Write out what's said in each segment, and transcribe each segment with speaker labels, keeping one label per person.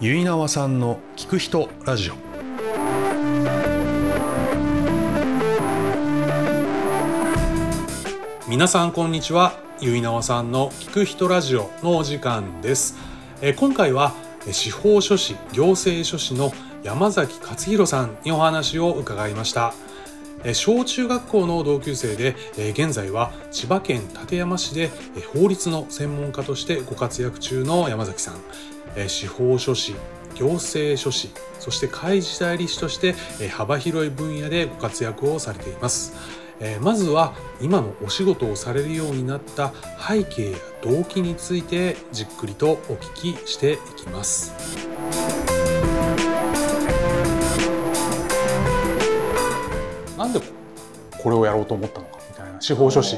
Speaker 1: ゆいなわさんの聞く人ラジオ皆さんこんにちはゆいなわさんの聞く人ラジオのお時間ですえー今回はえー司法書士行政書士の山崎勝弘さんにお話を伺いましたえー小中学校の同級生でえー現在は千葉県館山市でえー法律の専門家としてご活躍中の山崎さんえー司法書士行政書士そして開示代理士としてえー幅広い分野でご活躍をされていますえーまずは今のお仕事をされるようになった背景や動機についてじっくりとお聞きしていきますなんでこれをやろうと思ったのかみたいな司法書士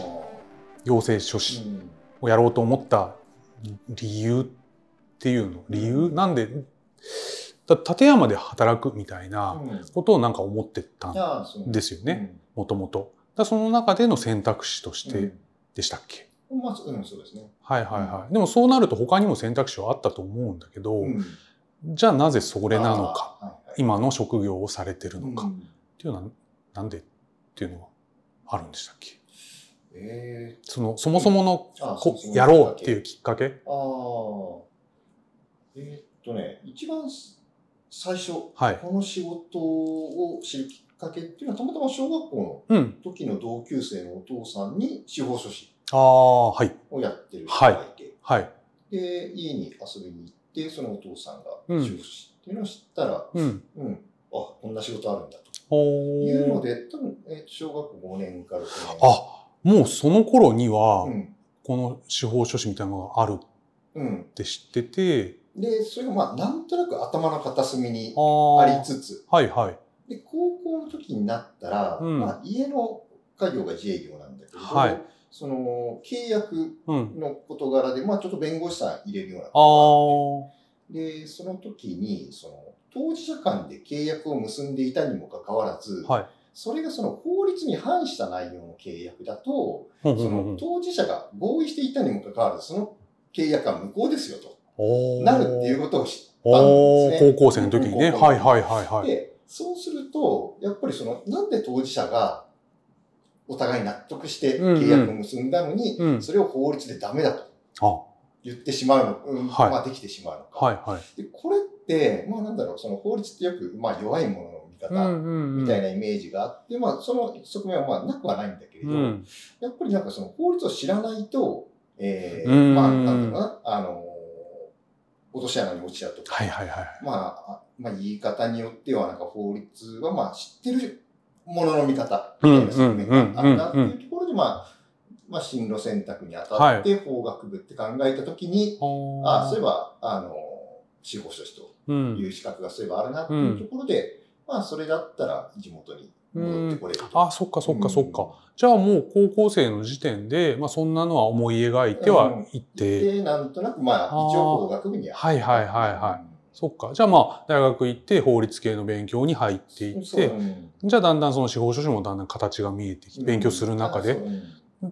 Speaker 1: 行政書士、
Speaker 2: うん
Speaker 1: をやろうと思った理由っていうの理由なんでだ立山で働くみたいな
Speaker 2: うん
Speaker 1: ことをなんか思ってたん
Speaker 2: ああそう
Speaker 1: ですよね
Speaker 2: うん
Speaker 1: もともと。だその中での選択肢とし
Speaker 2: う
Speaker 1: て
Speaker 2: ん
Speaker 1: でしたっけ、
Speaker 2: まあ、うん、そうですね。
Speaker 1: はいはいはい。でもそうなると他にも選択肢はあったと思うんだけど、
Speaker 2: うん
Speaker 1: じゃあなぜそれなのか、
Speaker 2: ああはいはい
Speaker 1: 今の職業をされてるのか、
Speaker 2: う
Speaker 1: っ
Speaker 2: ん
Speaker 1: ていうのはなんでっていうのはあるんでしたっけ
Speaker 2: え
Speaker 1: そのそもそもの
Speaker 2: ーああ
Speaker 1: こ
Speaker 2: そう。
Speaker 1: やろうっていううきっかけ
Speaker 2: ああ。えーっとね、一番す最初、
Speaker 1: はい。
Speaker 2: この仕事を知るきっかけっていうのは、たまたま小学校
Speaker 1: うん。
Speaker 2: の時の同級生のお父さんに司法書士
Speaker 1: ああ、はい。
Speaker 2: をやってる人
Speaker 1: はい
Speaker 2: がいて、
Speaker 1: はい。
Speaker 2: で、家に遊びに行って、そのお父さんが
Speaker 1: うん
Speaker 2: 司法書士っていうのを知ったら、
Speaker 1: うん。
Speaker 2: うん、あ、こんな仕事あるんだと。
Speaker 1: ほ
Speaker 2: いうの
Speaker 1: ー
Speaker 2: で、多分、えー小学校5年から6年。
Speaker 1: あもうその頃には、
Speaker 2: うん。
Speaker 1: この司法書士みたいなのがあるっ
Speaker 2: うん。
Speaker 1: て知ってて
Speaker 2: で、それがまあ、なんとなく頭の片隅に
Speaker 1: あ
Speaker 2: あ
Speaker 1: ー
Speaker 2: りつつ、
Speaker 1: はいはい
Speaker 2: で、高校の時になったら、
Speaker 1: うん
Speaker 2: まあ、家の家業が自営業なんだけれど、
Speaker 1: はい
Speaker 2: その、契約
Speaker 1: うん
Speaker 2: の事柄で、まあ、ちょっと弁護士さん入れるような
Speaker 1: あー
Speaker 2: で、その時に、その、当事者間で契約を結んでいたにもかかわらず、
Speaker 1: はい
Speaker 2: それがその法律に反した内容の契約だと、
Speaker 1: うんう
Speaker 2: そ
Speaker 1: んう
Speaker 2: の
Speaker 1: ん
Speaker 2: 当事者が合意していたにもかかわらず、その契約は無効ですよと
Speaker 1: おー
Speaker 2: なるっていうことを知った
Speaker 1: お
Speaker 2: ん
Speaker 1: ー
Speaker 2: ですね。
Speaker 1: 高校生の時にね、
Speaker 2: うん高校
Speaker 1: はいはいはいはい
Speaker 2: で、そうすると、やっぱりその、なんで当事者がお互い納得して
Speaker 1: うんうん
Speaker 2: 契約を結んだのに、
Speaker 1: うん
Speaker 2: それを法律でダメだと
Speaker 1: あは
Speaker 2: 言ってしまうの、うん
Speaker 1: はい
Speaker 2: まあできてしまうのか、
Speaker 1: いはい
Speaker 2: で。これって、まあなんだろう、その法律ってよく、まあ弱いものの見方みたい
Speaker 1: な
Speaker 2: なイメージがあって、まあその側面はまあなくはないんだけれ
Speaker 1: う
Speaker 2: ど、
Speaker 1: ん
Speaker 2: やっぱりなんかその法律を知らないと、え
Speaker 1: うー
Speaker 2: ー、
Speaker 1: ん
Speaker 2: まあ、なんだろうな、あのー、落とし穴に落ちちゃうとか、
Speaker 1: はいはいはい
Speaker 2: まあ、あまあ、言い方によっては、なんか法律は、まあ、知ってるものの見方みたいな側面があるなっていうところで、まあ、まあ、進路選択にあたって、法学部って考えたときに、ああ、そういえば、あのー、司法書士と
Speaker 1: う
Speaker 2: い
Speaker 1: ん
Speaker 2: う資格がそういえばあるなっていうところで、まあ、それだったら地元に戻ってこれると。
Speaker 1: あそっかそっかそっか、じゃあもう高校生の時点で、まあ、そんなのは思い描いてはいて、
Speaker 2: で、なんとなく、まあ、一
Speaker 1: あー
Speaker 2: 応法学部には。
Speaker 1: はいはいはいはい
Speaker 2: い。
Speaker 1: そっか。じゃあまあ、大学行って法律系の勉強に入っていっ
Speaker 2: そう
Speaker 1: て、じゃあだんだんその司法書士もだんだん形が見えてきて、勉強する中。
Speaker 2: うん
Speaker 1: で、
Speaker 2: うん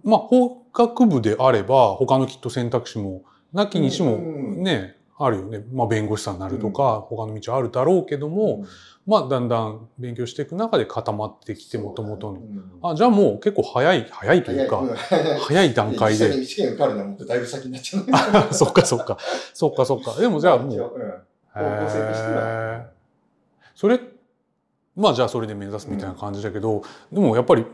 Speaker 1: まあ法学部であれば、他のきっと選択肢も、なきにしも
Speaker 2: うん
Speaker 1: ね、あるよね。まあ弁護士さんになるとか、他の道あるだろうけども、、まあだんだん勉強していく中で固まってきて、もともとの。
Speaker 2: あ、
Speaker 1: あ、じゃあもう結構早い、早いとい
Speaker 2: 早
Speaker 1: う
Speaker 2: い
Speaker 1: か、
Speaker 2: うん早い
Speaker 1: 早い段階
Speaker 2: 実際
Speaker 1: で。
Speaker 2: に試験受かるのはもっとだいぶ先になっちゃうね。
Speaker 1: そっかそっか。そっかそっか。でもじゃあも
Speaker 2: 一
Speaker 1: う
Speaker 2: 応、ん高校生として
Speaker 1: へー
Speaker 2: は。
Speaker 1: それまあじゃあそれで目指すみたいな感じだけど、でもやっぱり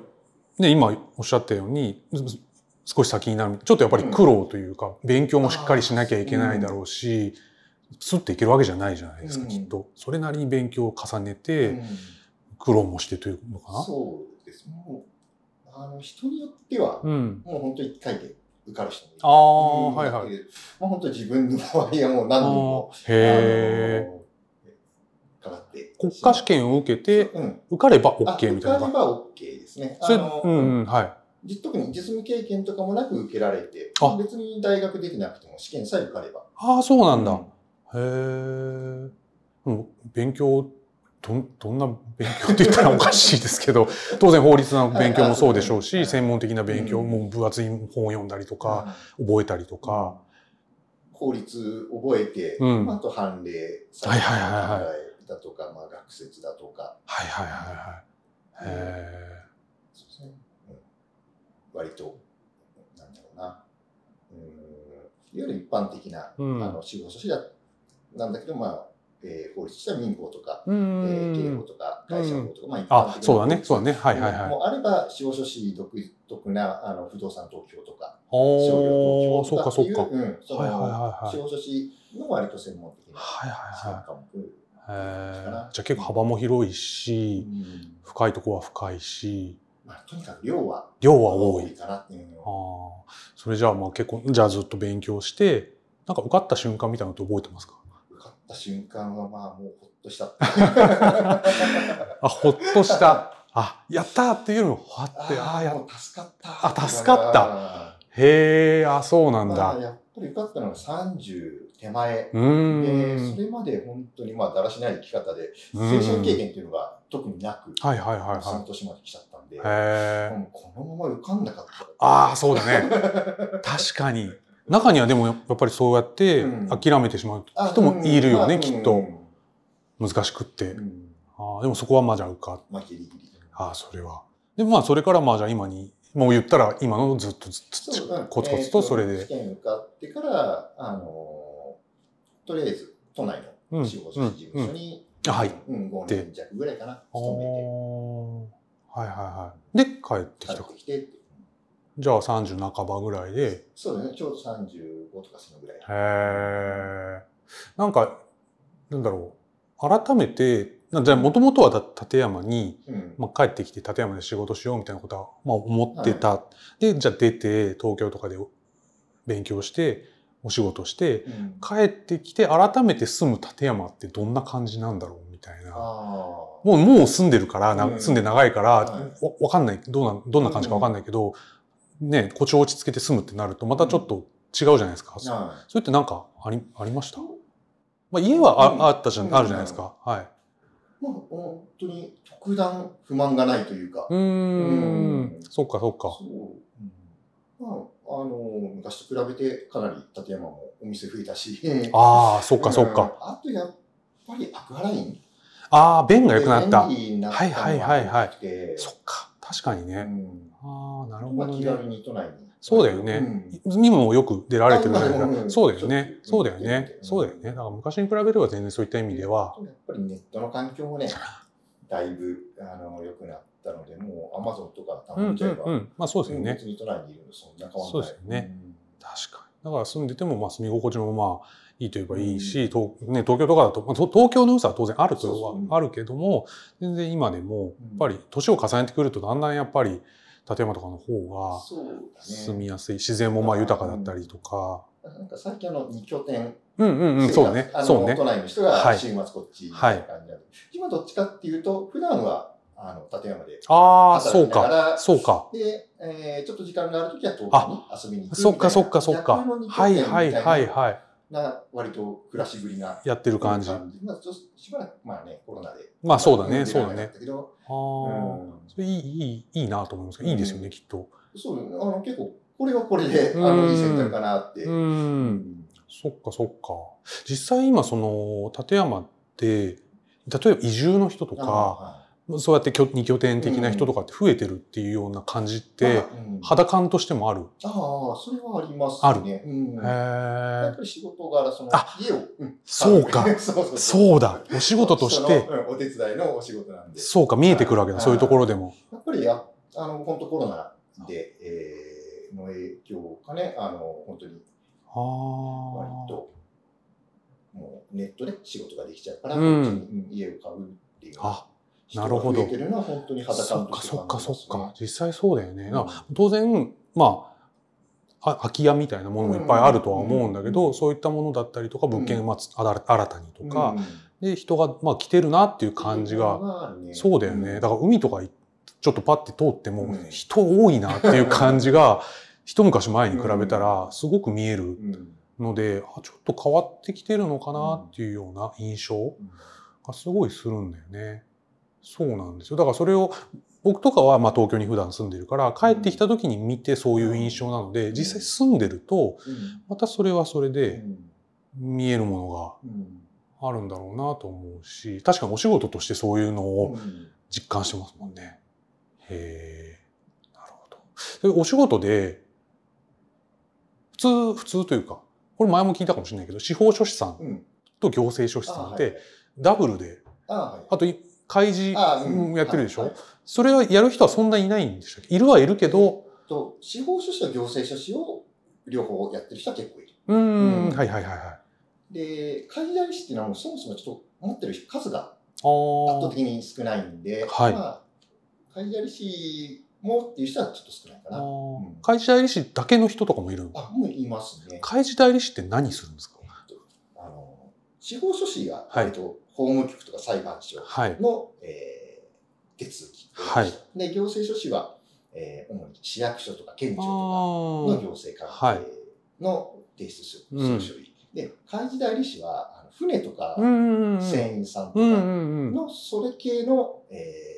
Speaker 1: ね今おっしゃったようにす少し先になるちょっとやっぱり苦労というか、勉強もしっかりしなきゃいけないだろうし、スッていけるわけじゃないじゃないですか、
Speaker 2: うん
Speaker 1: きっとそれなりに勉強を重ね
Speaker 2: う
Speaker 1: て
Speaker 2: ん
Speaker 1: 苦労もしてというのかな、
Speaker 2: そうです。もう、あの、人によっては、
Speaker 1: うん
Speaker 2: もう本当一回で受かる人もいる。
Speaker 1: ああ、はいはい
Speaker 2: いる。まあ本当自分の場合はもう何
Speaker 1: あ
Speaker 2: 度も、
Speaker 1: ー
Speaker 2: あの
Speaker 1: へえ
Speaker 2: かかって。
Speaker 1: 国家試験を受けて
Speaker 2: うん。
Speaker 1: 受かれば
Speaker 2: あ
Speaker 1: OK みたいな
Speaker 2: 受
Speaker 1: 感
Speaker 2: かれば OK ですね。
Speaker 1: じそれ
Speaker 2: あの
Speaker 1: うんうんはい
Speaker 2: じ特に実務経験とかもなく受けられて
Speaker 1: あ、
Speaker 2: 別に大学できなくても試験さえ受かれば。
Speaker 1: ああそうなんだ、
Speaker 2: う
Speaker 1: へえ。うん勉強、どん、どんな勉強って言ったらおかしいですけど、 当然法律の勉強もそうでしょう
Speaker 2: はい
Speaker 1: し、
Speaker 2: はい
Speaker 1: 専門的な勉強
Speaker 2: うん
Speaker 1: も分厚い本を読んだりとか、覚えたりとか、
Speaker 2: 法律覚えて、
Speaker 1: うん
Speaker 2: まああと判例、
Speaker 1: はいはいはい
Speaker 2: 考えだとか、まあ学説だとか、
Speaker 1: はいはいはいはい。へ
Speaker 2: そうですねうん割と、なんだろうな、うんいわゆる一般的な、
Speaker 1: え。うん。
Speaker 2: あの司法書士だなんだけど、まあえー法律としては民法とか、
Speaker 1: う
Speaker 2: え
Speaker 1: ん。
Speaker 2: ー刑法とか会社法とか、まあ一般的
Speaker 1: あ
Speaker 2: な、
Speaker 1: そうだね、そうだね。はいはいはい。
Speaker 2: もうあれば、司法書士独特なあの不動産東京とか、商
Speaker 1: お
Speaker 2: 業
Speaker 1: お、
Speaker 2: 東
Speaker 1: そ
Speaker 2: 京
Speaker 1: う
Speaker 2: と
Speaker 1: か
Speaker 2: か
Speaker 1: そ
Speaker 2: って
Speaker 1: う
Speaker 2: いう、
Speaker 1: か。はい
Speaker 2: うん、その、
Speaker 1: はいはいはい
Speaker 2: 司。法書士の割と専門的な
Speaker 1: はいはいはい
Speaker 2: 科目、
Speaker 1: へ
Speaker 2: か
Speaker 1: ー
Speaker 2: な
Speaker 1: じゃあ結構幅も広いうし、
Speaker 2: ん
Speaker 1: 深いとこは深いし、
Speaker 2: まあ、とにかく量は
Speaker 1: 量は多い。
Speaker 2: かなっていうの
Speaker 1: あ
Speaker 2: を
Speaker 1: あ、それじゃあまあ結構、じゃあずっと勉強して、なんか受かった瞬間みたいなのって覚えてますか
Speaker 2: 受かった瞬間は、まあ、もうほっ とした。
Speaker 1: あ、ほっとした。 あ、やったーっていうよりも、はって、あ
Speaker 2: あ
Speaker 1: あ、
Speaker 2: あ、
Speaker 1: や
Speaker 2: や
Speaker 1: っ
Speaker 2: 助かった。
Speaker 1: あ助かったへえ、あ、そうなん
Speaker 2: まあ、
Speaker 1: だ。
Speaker 2: やっぱり受かったのが30手前。
Speaker 1: う
Speaker 2: で、
Speaker 1: ー
Speaker 2: そ
Speaker 1: ん。
Speaker 2: れまで本当に、まあ、だらしない生き方で、
Speaker 1: う
Speaker 2: 青春経
Speaker 1: ん
Speaker 2: 験っていうのが特になく、
Speaker 1: はいはいはい
Speaker 2: その
Speaker 1: は
Speaker 2: 年まで来ちゃったんで、
Speaker 1: い。へえ。
Speaker 2: もうこのまま受かんなかったら。
Speaker 1: ああ、そうだね。確かに。中にはでもやっぱりそうやって
Speaker 2: うん
Speaker 1: 諦めてしまう
Speaker 2: あ
Speaker 1: 人もいるよね、
Speaker 2: うん
Speaker 1: きっ
Speaker 2: う
Speaker 1: と。
Speaker 2: ん
Speaker 1: 難しくって
Speaker 2: う。ん
Speaker 1: ああ、でもそこはまあじゃあ受かっ
Speaker 2: まあ、ギリギリ。
Speaker 1: ああ、それは。で、まあそれからまあじゃあ今に、もう言ったら今のずっとずつ
Speaker 2: そううん
Speaker 1: コツコツとそれ
Speaker 2: えー
Speaker 1: で
Speaker 2: 試。験受かってから、あのーとりあえず、都内
Speaker 1: う
Speaker 2: の
Speaker 1: ん
Speaker 2: 司法書士事務所に、
Speaker 1: うん入っ
Speaker 2: うん、5
Speaker 1: て
Speaker 2: 年弱ぐらいかな、
Speaker 1: ああ
Speaker 2: 勤めて、
Speaker 1: はいはいはい。で、帰ってき
Speaker 2: 帰
Speaker 1: た
Speaker 2: っ。てきて、
Speaker 1: じゃあ30半ばぐらいで。
Speaker 2: そうだね、ちょうど35とかそのぐらい。
Speaker 1: へえ。なんか、なんだろう。改めて、なじゃあもともとはだ立山に、
Speaker 2: うん
Speaker 1: まあ、帰ってきて立山で仕事しようみたいなことは、まあ、思ってた。で、じゃあ出て東京とかで勉強して、お仕事して、
Speaker 2: うん
Speaker 1: 帰ってきて改めて住む立山ってどんな感じなんだろうみたいな。
Speaker 2: ああ。
Speaker 1: もう、もう住んでるから、な
Speaker 2: うん
Speaker 1: 住んで長いから、
Speaker 2: は
Speaker 1: わわかんない、どうなん、どんな感じかわかんないけど、ね、こっちを落ち着けて住むってなると、またちょっと違うじゃないですか。そ
Speaker 2: は
Speaker 1: れってなんかあり、ありましたまあ家はあ,、
Speaker 2: うん
Speaker 1: あったじゃん、あるじゃないですか。はい。
Speaker 2: い。まあ、本当に特段不満がないというか、
Speaker 1: うーん。
Speaker 2: うん
Speaker 1: そっかそっか。
Speaker 2: そう。うんまあ、あの昔と比べてかなり立山もお店増えたし、
Speaker 1: ああ、そっかそっ
Speaker 2: うん
Speaker 1: か。
Speaker 2: あとやっぱりアクアライン
Speaker 1: ああ、便が良くなった
Speaker 2: 便。利になったのが
Speaker 1: はいはいはいはい
Speaker 2: 大きくて
Speaker 1: そっか。確かに
Speaker 2: う
Speaker 1: ね。
Speaker 2: ん
Speaker 1: ああ、なる
Speaker 2: ま
Speaker 1: ほ
Speaker 2: あ
Speaker 1: ど
Speaker 2: 気
Speaker 1: ね。
Speaker 2: 軽に都内に。
Speaker 1: そうだよね
Speaker 2: うん
Speaker 1: 今もよく出られてるじゃないです
Speaker 2: あ今でもう
Speaker 1: か。
Speaker 2: ん
Speaker 1: そうだよね。
Speaker 2: ちょ
Speaker 1: そう
Speaker 2: っ
Speaker 1: だ
Speaker 2: と
Speaker 1: よね。
Speaker 2: うん
Speaker 1: そうだよね。だから昔に比べれば全然そういった意味では。
Speaker 2: やっぱりネットの環 境もね、だいぶあの良くなったので、もうアマゾンとか
Speaker 1: うんう
Speaker 2: 頼ん
Speaker 1: ん
Speaker 2: じゃえば、
Speaker 1: うん。まあそうですよね。
Speaker 2: 別に都内にいるのそんな変わらない。
Speaker 1: そうですよね
Speaker 2: ん。
Speaker 1: 確かに。だから住んでてもまあ住み心地もまあいいといえばいいし、
Speaker 2: う
Speaker 1: 東ね、東京とかだと、まあ、と東京の良さは当然あると
Speaker 2: そうそう
Speaker 1: はあるけども、全然今でも
Speaker 2: うん
Speaker 1: やっぱり年を重ねてくるとだんだんやっぱり立山とかの方
Speaker 2: そうだね。
Speaker 1: が住みやすい、自然もまあ豊かだったりとか。
Speaker 2: なんか最近あの2拠点
Speaker 1: うんうんうん、
Speaker 2: 生活
Speaker 1: そうね
Speaker 2: あ。の
Speaker 1: そうね
Speaker 2: 都。内の人
Speaker 1: は
Speaker 2: が
Speaker 1: い
Speaker 2: 週末こっちみたいな感じなので、今どっちかっていうと、普段はあの立山で
Speaker 1: ああ、そ
Speaker 2: 働
Speaker 1: う
Speaker 2: きなが
Speaker 1: か。
Speaker 2: ら、
Speaker 1: そうか。
Speaker 2: で、えーちょっと時間があるときは東京に遊びに行くみたいな。
Speaker 1: そっかそっかそっか。
Speaker 2: 逆の二拠
Speaker 1: は
Speaker 2: 点
Speaker 1: い
Speaker 2: みた
Speaker 1: はいい
Speaker 2: な
Speaker 1: はいはい。
Speaker 2: な割と暮らしぶりな
Speaker 1: やってる感じ。
Speaker 2: まあ、ちょっとしばらく、まあね、コロナで。
Speaker 1: まあそうだね、
Speaker 2: ん
Speaker 1: そうだ
Speaker 2: 出られな
Speaker 1: ね
Speaker 2: かっ。たけど
Speaker 1: ああ。
Speaker 2: う
Speaker 1: それいい、いい、いいなと思いますけど、いいですよ
Speaker 2: う
Speaker 1: ね、
Speaker 2: ん
Speaker 1: きっと。
Speaker 2: んそう、あの結構、これはこれで、あ
Speaker 1: うん
Speaker 2: の、いい選択かなって。
Speaker 1: う。
Speaker 2: うんん
Speaker 1: そっかそっか。実際今その立山って、例えば移住の人とか、
Speaker 2: あ
Speaker 1: そうやって拠二拠点的な人とかって増えてるっていうような感じっ
Speaker 2: はい
Speaker 1: て、
Speaker 2: まあうんあ
Speaker 1: 肌感としてもある。
Speaker 2: あ、それはあります
Speaker 1: ある
Speaker 2: ね。うんや
Speaker 1: へ
Speaker 2: っ
Speaker 1: え
Speaker 2: ぱ。り仕事柄、その
Speaker 1: あ、
Speaker 2: 家を、うん
Speaker 1: そうか。
Speaker 2: 買 そうそうそう。
Speaker 1: そうだ。お仕
Speaker 2: 仕
Speaker 1: 事として、
Speaker 2: お手伝いのお仕事なんで。
Speaker 1: そうか、見えてくるわけだ。
Speaker 2: はい
Speaker 1: そういうところでも。
Speaker 2: やっぱりや、あの、本当コロナで、えー、の影響かね、あの、本当に
Speaker 1: あ
Speaker 2: 割
Speaker 1: あ。
Speaker 2: と、もうネットで仕事ができちゃうから、
Speaker 1: うん
Speaker 2: こっちにうん家を買うっていうのが
Speaker 1: あ、なるほど
Speaker 2: 人が増えてるのは本当に肌
Speaker 1: そ
Speaker 2: 感
Speaker 1: っ
Speaker 2: と
Speaker 1: か
Speaker 2: して
Speaker 1: そっかそっ
Speaker 2: 感
Speaker 1: か。実際そうだよね。
Speaker 2: じ
Speaker 1: な
Speaker 2: ますね
Speaker 1: 当然まああ空き家みたいなものもいっぱいあるとは思うんだけど、
Speaker 2: うん
Speaker 1: そういったものだったりとか
Speaker 2: ん
Speaker 1: 物件がまあつあら新たにと
Speaker 2: うん
Speaker 1: か
Speaker 2: う、ん
Speaker 1: で人がまあ来てるなっていう感じが、
Speaker 2: まあね
Speaker 1: そうだよね、
Speaker 2: うん
Speaker 1: だから海とかいちょっとパッて通っても、
Speaker 2: うん
Speaker 1: 人多いなっていう感じ が一昔前に比べたらすごく見える
Speaker 2: うん
Speaker 1: ので、あちょっと変わってきてるのかなっていうような印象。がすごいするんだよね。そうなんですよ。だからそれを僕とかはまあ東京に普段住んでるから、帰ってきた時に見てそういう印象なので、
Speaker 2: ん
Speaker 1: 実際住んでると、またそれはそれで見えるも
Speaker 2: うんうん
Speaker 1: のがあるんだろうなと思うし、確かにお仕事としてそういうのを実感してますもんね。へえ、なるほど。それお仕事で、普通、普通というか、これ前も聞いたかもしれないけど、司法書士さん
Speaker 2: うんうん
Speaker 1: と行政書士さんっ
Speaker 2: あはい
Speaker 1: て、ダブルで、
Speaker 2: あはい
Speaker 1: あとい、開示
Speaker 2: あうん
Speaker 1: やってるでしょ、
Speaker 2: はいはい
Speaker 1: それはやる人はそんなにいないんでしたっけいるはいるけど、
Speaker 2: と司法書士と行政書士を両方やってる人は結構いる。
Speaker 1: うーん、
Speaker 2: うん
Speaker 1: はいはいはいはい。あ
Speaker 2: で、海外士っていうのはもうそもそもちょっと持ってる数が圧倒
Speaker 1: あ。
Speaker 2: 的に少ないんで、
Speaker 1: はい
Speaker 2: まあ、海外士もっていう人はちょっと少ないかな。うん
Speaker 1: 開示代理士だけの人とかもいるの
Speaker 2: あ、もういますね。
Speaker 1: 開示代理士って何するんですか
Speaker 2: あの司法書士が、えっと法務局とか裁判所
Speaker 1: はい。
Speaker 2: の、えー手続き、
Speaker 1: はい
Speaker 2: で行政書士は、えー主に市役所とか県
Speaker 1: あ
Speaker 2: 庁とかの
Speaker 1: ー
Speaker 2: 行政関係の提出する、
Speaker 1: うん
Speaker 2: 書類。で、海事代理士は、あの船とか
Speaker 1: う、んうんうん。
Speaker 2: 船員さんと
Speaker 1: うんう
Speaker 2: か
Speaker 1: んうん。
Speaker 2: の、それ系の、えー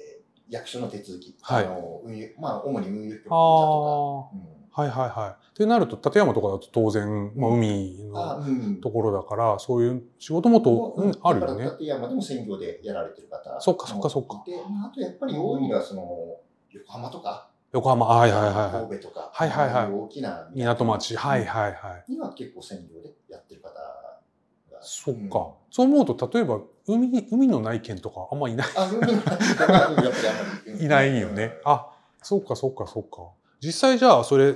Speaker 2: 役所の手続き。
Speaker 1: はい
Speaker 2: あの運輸まあ、主に運輸局だ
Speaker 1: あ
Speaker 2: と
Speaker 1: あ。は
Speaker 2: か。うん
Speaker 1: いはいはい。ってなると、立山とかだと当然、まあ、海
Speaker 2: あ
Speaker 1: の
Speaker 2: うん
Speaker 1: ところだから、そういう仕事もと、
Speaker 2: う
Speaker 1: うんん、あるよ
Speaker 2: だ
Speaker 1: ね
Speaker 2: から。立山でも専業でやられてる方。
Speaker 1: そっかそっかそっか
Speaker 2: で、まああとやっぱり多いのは、その、横浜とか、
Speaker 1: 横浜、はいはいはいは
Speaker 2: 神戸とか、
Speaker 1: はいはいはい。
Speaker 2: ああう大きない
Speaker 1: 港町、はいはいはい。
Speaker 2: には結構専業でやってる方が。
Speaker 1: そっか、そう思うと、例えば、海、海のない県とかあんまいない。
Speaker 2: あ、うんやっぱりあんまり
Speaker 1: いないよね。あ、そうかそうかそうか。実際じゃあそれ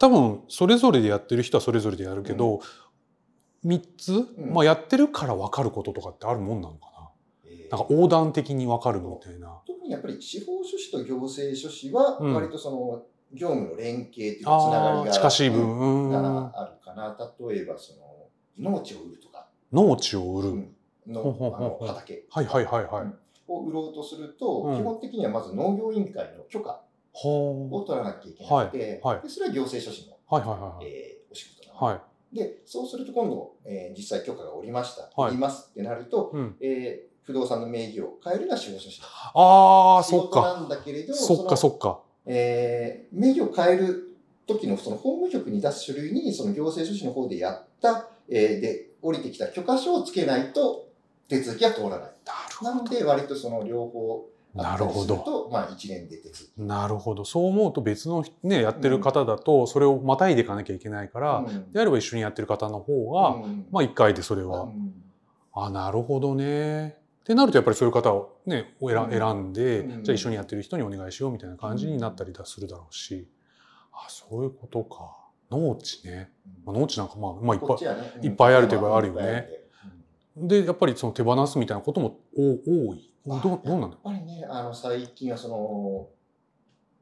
Speaker 1: 多分それぞれでやってる人はそれぞれでやるけど、三つ、
Speaker 2: うん
Speaker 1: まあやってるから分かることとかってあるもんなのか
Speaker 2: えー
Speaker 1: な。なんか横断的に分かるみたいな。
Speaker 2: 特にやっぱり司法書士と行政書士は、
Speaker 1: うん
Speaker 2: 割とその業務の連携というか、つなが
Speaker 1: あ
Speaker 2: り
Speaker 1: あ
Speaker 2: が
Speaker 1: 近しい部
Speaker 2: うん
Speaker 1: 分、うん
Speaker 2: があるかな。例えば、その、農地を売るとか、
Speaker 1: 農地を売る。
Speaker 2: うんの
Speaker 1: ほうほうほうほう
Speaker 2: あの畑
Speaker 1: はいはいはいはい。
Speaker 2: うんを売ろうとすると、
Speaker 1: うん
Speaker 2: 基本的にはまず農業委員会の許可
Speaker 1: ほ
Speaker 2: を取らなきゃいけなくて、
Speaker 1: はいはい
Speaker 2: でそれは行政書士の、
Speaker 1: う。はいはいはいはい。
Speaker 2: えーお仕事なので、
Speaker 1: はい。
Speaker 2: で、そうすると今度、えー実際許可がおりました、
Speaker 1: はい
Speaker 2: おりますってなると、
Speaker 1: うん。
Speaker 2: えー不動産の名義を変えるのは司法書士。
Speaker 1: ああ
Speaker 2: 仕
Speaker 1: そっ
Speaker 2: 事
Speaker 1: か。
Speaker 2: なんだけれど、
Speaker 1: そっかそ
Speaker 2: の
Speaker 1: っか。
Speaker 2: えー名義を変える時のその法務局に出す書類に、その行政書士の方でやった、えーで、降りてきた許可書をつけないと手続きは通らない。
Speaker 1: なるほ
Speaker 2: なので、割とその両方
Speaker 1: ど。
Speaker 2: あ
Speaker 1: なる
Speaker 2: ったり
Speaker 1: ほ
Speaker 2: する
Speaker 1: ど。
Speaker 2: と、まあ1年で手続き。
Speaker 1: なるほど。そう思うと別の、ね、やってる方だと、それをまたいでいかなきゃいけないから、
Speaker 2: うん
Speaker 1: であれば一緒にやってる方の方が、
Speaker 2: うん
Speaker 1: まあ一回でそれは、
Speaker 2: うん
Speaker 1: あ、なるほどね。ってなるとやっぱりそういう方をね、を選,、
Speaker 2: う
Speaker 1: ん、
Speaker 2: ん
Speaker 1: 選んで、
Speaker 2: うん
Speaker 1: じゃあ一緒にやってる人にお願いしようみたいな感じになったりだするだろうし、あ、そういうことか。農地ね。まあ農地なんかまあ、まあいっ
Speaker 2: こ
Speaker 1: ぱ
Speaker 2: っ
Speaker 1: い。
Speaker 2: ちはねうん
Speaker 1: いっぱいあるといえばあるよね
Speaker 2: いっぱいあるんでうん
Speaker 1: で、やっぱりその手放すみたいなこともお多い。ど
Speaker 2: あ
Speaker 1: うどうなんだろ
Speaker 2: やっぱりね、あの最近はその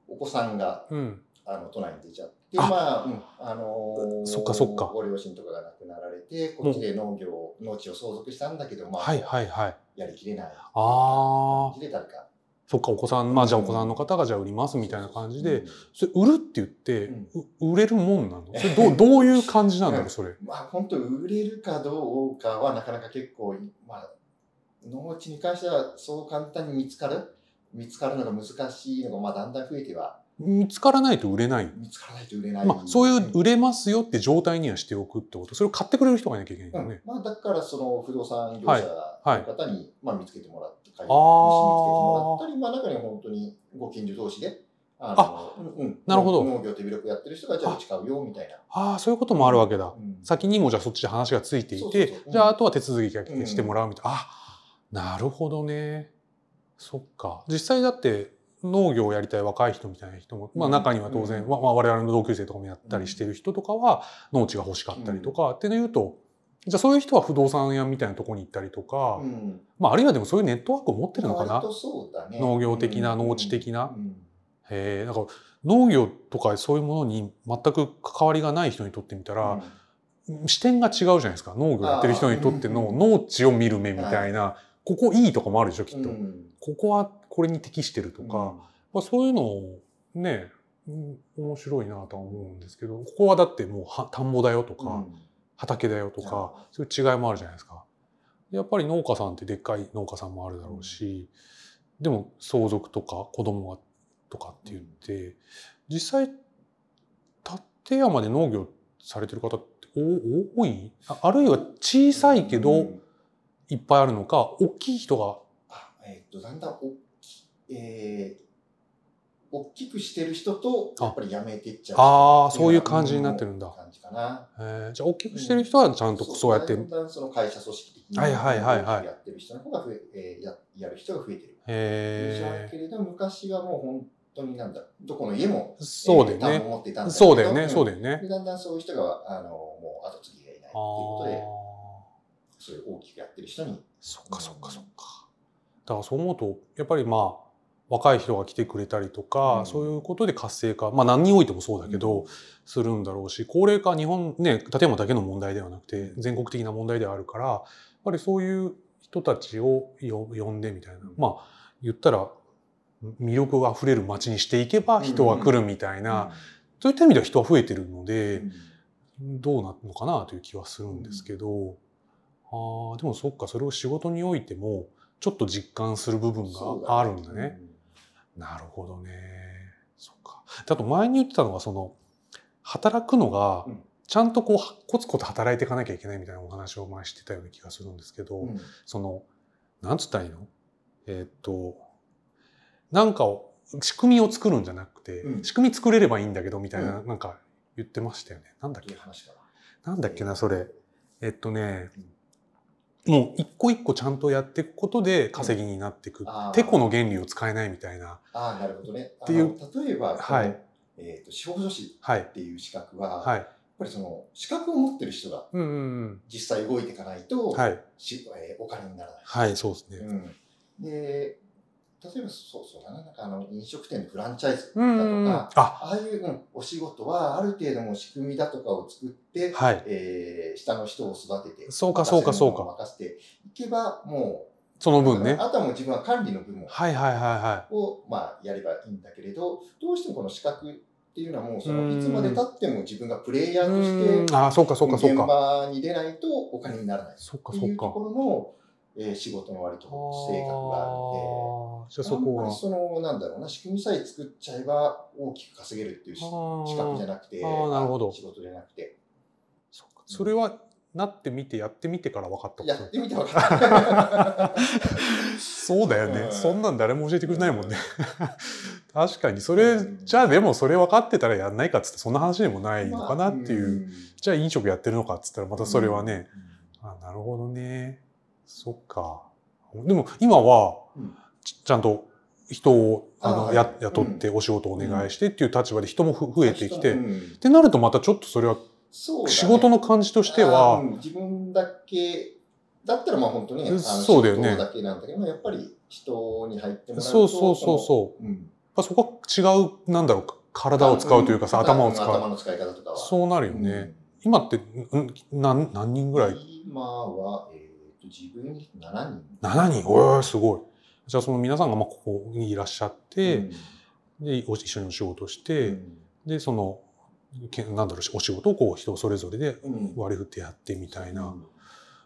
Speaker 2: お子さんが
Speaker 1: う。うん。
Speaker 2: あの都内に出ちゃって、
Speaker 1: あ
Speaker 2: まあ、うんあの
Speaker 1: そっかそっか
Speaker 2: ご両親とかが亡くなられて、こっちで農業を、農地を相続したんだけど、まあ、
Speaker 1: はいはいはい。
Speaker 2: やりきれない。
Speaker 1: ああ、
Speaker 2: きれたりか。
Speaker 1: そっか、お子さん、まあじゃあお子さんの方がじゃあ売りますみたいな感じで、
Speaker 2: うん
Speaker 1: それ売るって言って、う売れるもん なのそれどうどういう感じなんだろうそれ。
Speaker 2: まあ、本当売れるかどうかはなかなか結構、まあ、農地に関してはそう簡単に見つかる、見つかるのが難しいのが、まあ、だんだん増えては、
Speaker 1: 見つからないと売れない。
Speaker 2: 見つからないと売れない。
Speaker 1: まあ、そういう売れますよって状態にはしておくってこと。それを買ってくれる人がいなきゃいけないんだよね。
Speaker 2: まあ、だからその不動産業者の方に、まあ、見つけてもらって、買い主に見つけてもらったり、まあ、中には本当にご近所同士で、あのうんうん
Speaker 1: なるほど
Speaker 2: 農業手広くやってる人が、じゃあ
Speaker 1: あ
Speaker 2: うち買うよみたいな。
Speaker 1: ああ、そういうこともあるわけだ。
Speaker 2: うん
Speaker 1: 先にもじゃあそっちで話がついてい
Speaker 2: そうそう
Speaker 1: て
Speaker 2: そうう、ん
Speaker 1: じゃああとは手続きだけしてもらうみたいな。あ、なるほどね。そっか。実際だって農業をやりたい若い人みたいな人も、まあ
Speaker 2: うん
Speaker 1: 中には当
Speaker 2: う
Speaker 1: 然、
Speaker 2: ん
Speaker 1: まあ我々の同級生とかもやったりしてる人とかは農地が欲しかったりとか、っていうと、じゃあそういう人は不動産屋みたいなところに行ったりとか、
Speaker 2: うん、
Speaker 1: まああるいはでもそういうネットワークを持ってるのかな
Speaker 2: 割。とそうだね
Speaker 1: 農業的な農地的な
Speaker 2: うん
Speaker 1: へえ、なんか農業とかそういうものに全く関わりがない人にとってみた
Speaker 2: うん
Speaker 1: ら、視点が違うじゃないですか。農業やってる人にとって
Speaker 2: あ
Speaker 1: の
Speaker 2: ー
Speaker 1: 農地を見る目みたいな、ここいいとかもあるでしょ、きっと。
Speaker 2: うん
Speaker 1: ここはこれに適してるとか、
Speaker 2: うん
Speaker 1: まあ、そういうのをね、うん面白いなとは思うんですけど、ここはだってもうは田んぼだよとか、
Speaker 2: うん
Speaker 1: 畑だよと
Speaker 2: は
Speaker 1: か、そういう違いもあるじゃないですか。でやっぱり農家さんってでっかい農家さんもあるだろうし、でも相続とか子供はとかって言って、実際立山で農業されてる方ってお多いああるいは小さいけ
Speaker 2: う
Speaker 1: ど
Speaker 2: ん
Speaker 1: いっぱいあるのか大きい人が
Speaker 2: あえっとだんだん大き,、えー、大きくしてる人と
Speaker 1: あ
Speaker 2: やっぱりやめていっちゃう
Speaker 1: ああ
Speaker 2: ってい
Speaker 1: そういう
Speaker 2: のが
Speaker 1: 感じになってるんだ。
Speaker 2: 感じかな
Speaker 1: えーじゃあ大きくしてる人はちゃんとそうやって、
Speaker 2: だんだんその会社組織的に
Speaker 1: はいはいはいはい
Speaker 2: 大きくやってる人の方が増え、えーややる人が増えてる印象だ
Speaker 1: え
Speaker 2: けれど昔はもう本当になんだどこの家も
Speaker 1: ー、そうだよ
Speaker 2: えー田んぼ
Speaker 1: ね、
Speaker 2: 持っていたんだけど
Speaker 1: そうだよね、
Speaker 2: ん
Speaker 1: そうだよね。
Speaker 2: でだんだんそういう人があのもう後継ぎがいないっ
Speaker 1: あ
Speaker 2: ていう
Speaker 1: あ
Speaker 2: こ
Speaker 1: ー
Speaker 2: とでそういう大きくやってる人に
Speaker 1: そっかそっかそっか。だからそう思うとやっぱりまあ若い人が来てくれたりとか、
Speaker 2: うん
Speaker 1: そういうことで活性化まあ何においてもそうだけど、
Speaker 2: うん
Speaker 1: するんだろうし高齢化日本ね立山だけの問題ではなくて全国的な問題ではあるからやっぱりそういう人たちをよ呼んでみたいな、
Speaker 2: うん
Speaker 1: まあ言ったら魅力があふれる街にしていけば人は来るみたいな、そういった意味では人は増えてるの
Speaker 2: う
Speaker 1: で、
Speaker 2: ん
Speaker 1: どうなるのかなという気はするんですけど、あーでもそっかそれを仕事においてもちょっと実感する部分
Speaker 2: そう
Speaker 1: があるんだね。
Speaker 2: うん
Speaker 1: なるほどね。そっか。であと前に言ってたのはその働くのが
Speaker 2: うん
Speaker 1: ちゃんとこうはコツコツ働いていかなきゃいけないみたいなお話を前してたような気がするんですけど、
Speaker 2: うん
Speaker 1: そのなんつったらいいのえーっとなんかを仕組みを作るんじゃなくて、
Speaker 2: うん
Speaker 1: 仕組み作れればいいんだけどみたいな、
Speaker 2: う
Speaker 1: なんか言ってましたよね。なんだっ
Speaker 2: とい
Speaker 1: け
Speaker 2: う話かな。
Speaker 1: なんだっけな、それ。えっとね、もう一個一個ちゃんとやっていくことで稼ぎになっていく。
Speaker 2: あー
Speaker 1: てこの原理を使えないみたいな。
Speaker 2: ああ、なるほどね。
Speaker 1: っていう
Speaker 2: あの例えば、
Speaker 1: はい
Speaker 2: このえっ、と、司法助士
Speaker 1: はい
Speaker 2: っ。ていう資格は、やっ
Speaker 1: はい。
Speaker 2: ぱりその、資格を持ってる人が
Speaker 1: うんうん
Speaker 2: 実際動いていかないと、
Speaker 1: うん。はい。
Speaker 2: しえーお金にならない。
Speaker 1: はい、そうですね。
Speaker 2: うん、で、例えば、そうそうだな、なんかあの、飲食店のフランチャイズだとか、
Speaker 1: うんうんうん。
Speaker 2: あ
Speaker 1: あ、
Speaker 2: あいう、うん、お仕事は、ある程度の仕組みだとかを作って、
Speaker 1: はい。
Speaker 2: えー下の人を育てて、
Speaker 1: そうか、そうか、そう
Speaker 2: 任せるもの
Speaker 1: か。
Speaker 2: を任せていけば、も
Speaker 1: その
Speaker 2: う、
Speaker 1: 分ね。
Speaker 2: あとはもう自分は管理の部門
Speaker 1: はいはいはいは
Speaker 2: を、まあ、やればいいんだけれど、どうしてもこの資格っていうのはもうそうの
Speaker 1: ん
Speaker 2: いつまで経っても自分がプレイヤ
Speaker 1: い。
Speaker 2: ーと
Speaker 1: う
Speaker 2: し
Speaker 1: ん
Speaker 2: て
Speaker 1: あー、そうか、そうか、そう
Speaker 2: 現
Speaker 1: か。
Speaker 2: 場に出ないとお金にならない
Speaker 1: そうか、
Speaker 2: と
Speaker 1: そ
Speaker 2: いううと
Speaker 1: か。
Speaker 2: ころの、えー仕事の割と性格があるの
Speaker 1: あ
Speaker 2: で。
Speaker 1: ーじゃあそこ
Speaker 2: あんま
Speaker 1: は
Speaker 2: り。その、なんだろうな、仕組みさえ作っちゃえば大きく稼げるっていうし資格じ
Speaker 1: あー
Speaker 2: ゃなくて、
Speaker 1: あーなるほど
Speaker 2: 仕事じゃなくて、
Speaker 1: そうかそれはなってみて、やってみてから分かったこと
Speaker 2: やってみて分 かった。
Speaker 1: そうだよね、
Speaker 2: うん
Speaker 1: そんなん誰も教えてくれないもんね、 確かにそうれ
Speaker 2: ん
Speaker 1: じゃあでもそれ分かってたらやんないかっつってそんな話でもないのかなっていう、
Speaker 2: ま
Speaker 1: じゃあ飲食やってるのかっつったらま
Speaker 2: あ
Speaker 1: たそれはね、。
Speaker 2: うん
Speaker 1: あなるほどねそっかでも今は
Speaker 2: うん
Speaker 1: ちちゃんと人をあ
Speaker 2: あ
Speaker 1: の
Speaker 2: ー
Speaker 1: や
Speaker 2: はい
Speaker 1: 雇ってお仕事お願いしてっていう立場で人もふ増えてきて、
Speaker 2: う
Speaker 1: っ
Speaker 2: ん
Speaker 1: てなるとまたちょっとそれは
Speaker 2: そうだね
Speaker 1: 仕事の感じとして
Speaker 2: あー
Speaker 1: は
Speaker 2: うん自分だけだったらまあ本当ね、あの
Speaker 1: そうだよね
Speaker 2: 仕事だけなんだけど、まあやっぱり人に入ってもらうと
Speaker 1: そうそうそう
Speaker 2: う。
Speaker 1: そう
Speaker 2: うん、
Speaker 1: やっぱそこは違うなんだろう体を使うというかさ
Speaker 2: ん
Speaker 1: 頭を使
Speaker 2: 頭
Speaker 1: う
Speaker 2: の使い方とかは。
Speaker 1: そうなるよね、今ってん何何人ぐらい
Speaker 2: 今は、えー、と自分に7人。
Speaker 1: ?7 人おーすごいじゃあその皆さんがまあここにいらっしゃって、でお一緒にお仕事をし
Speaker 2: うん
Speaker 1: て、でそのけなんだろうお仕事をこう人それぞれで
Speaker 2: うん
Speaker 1: 割り振ってやってみたいな、
Speaker 2: うん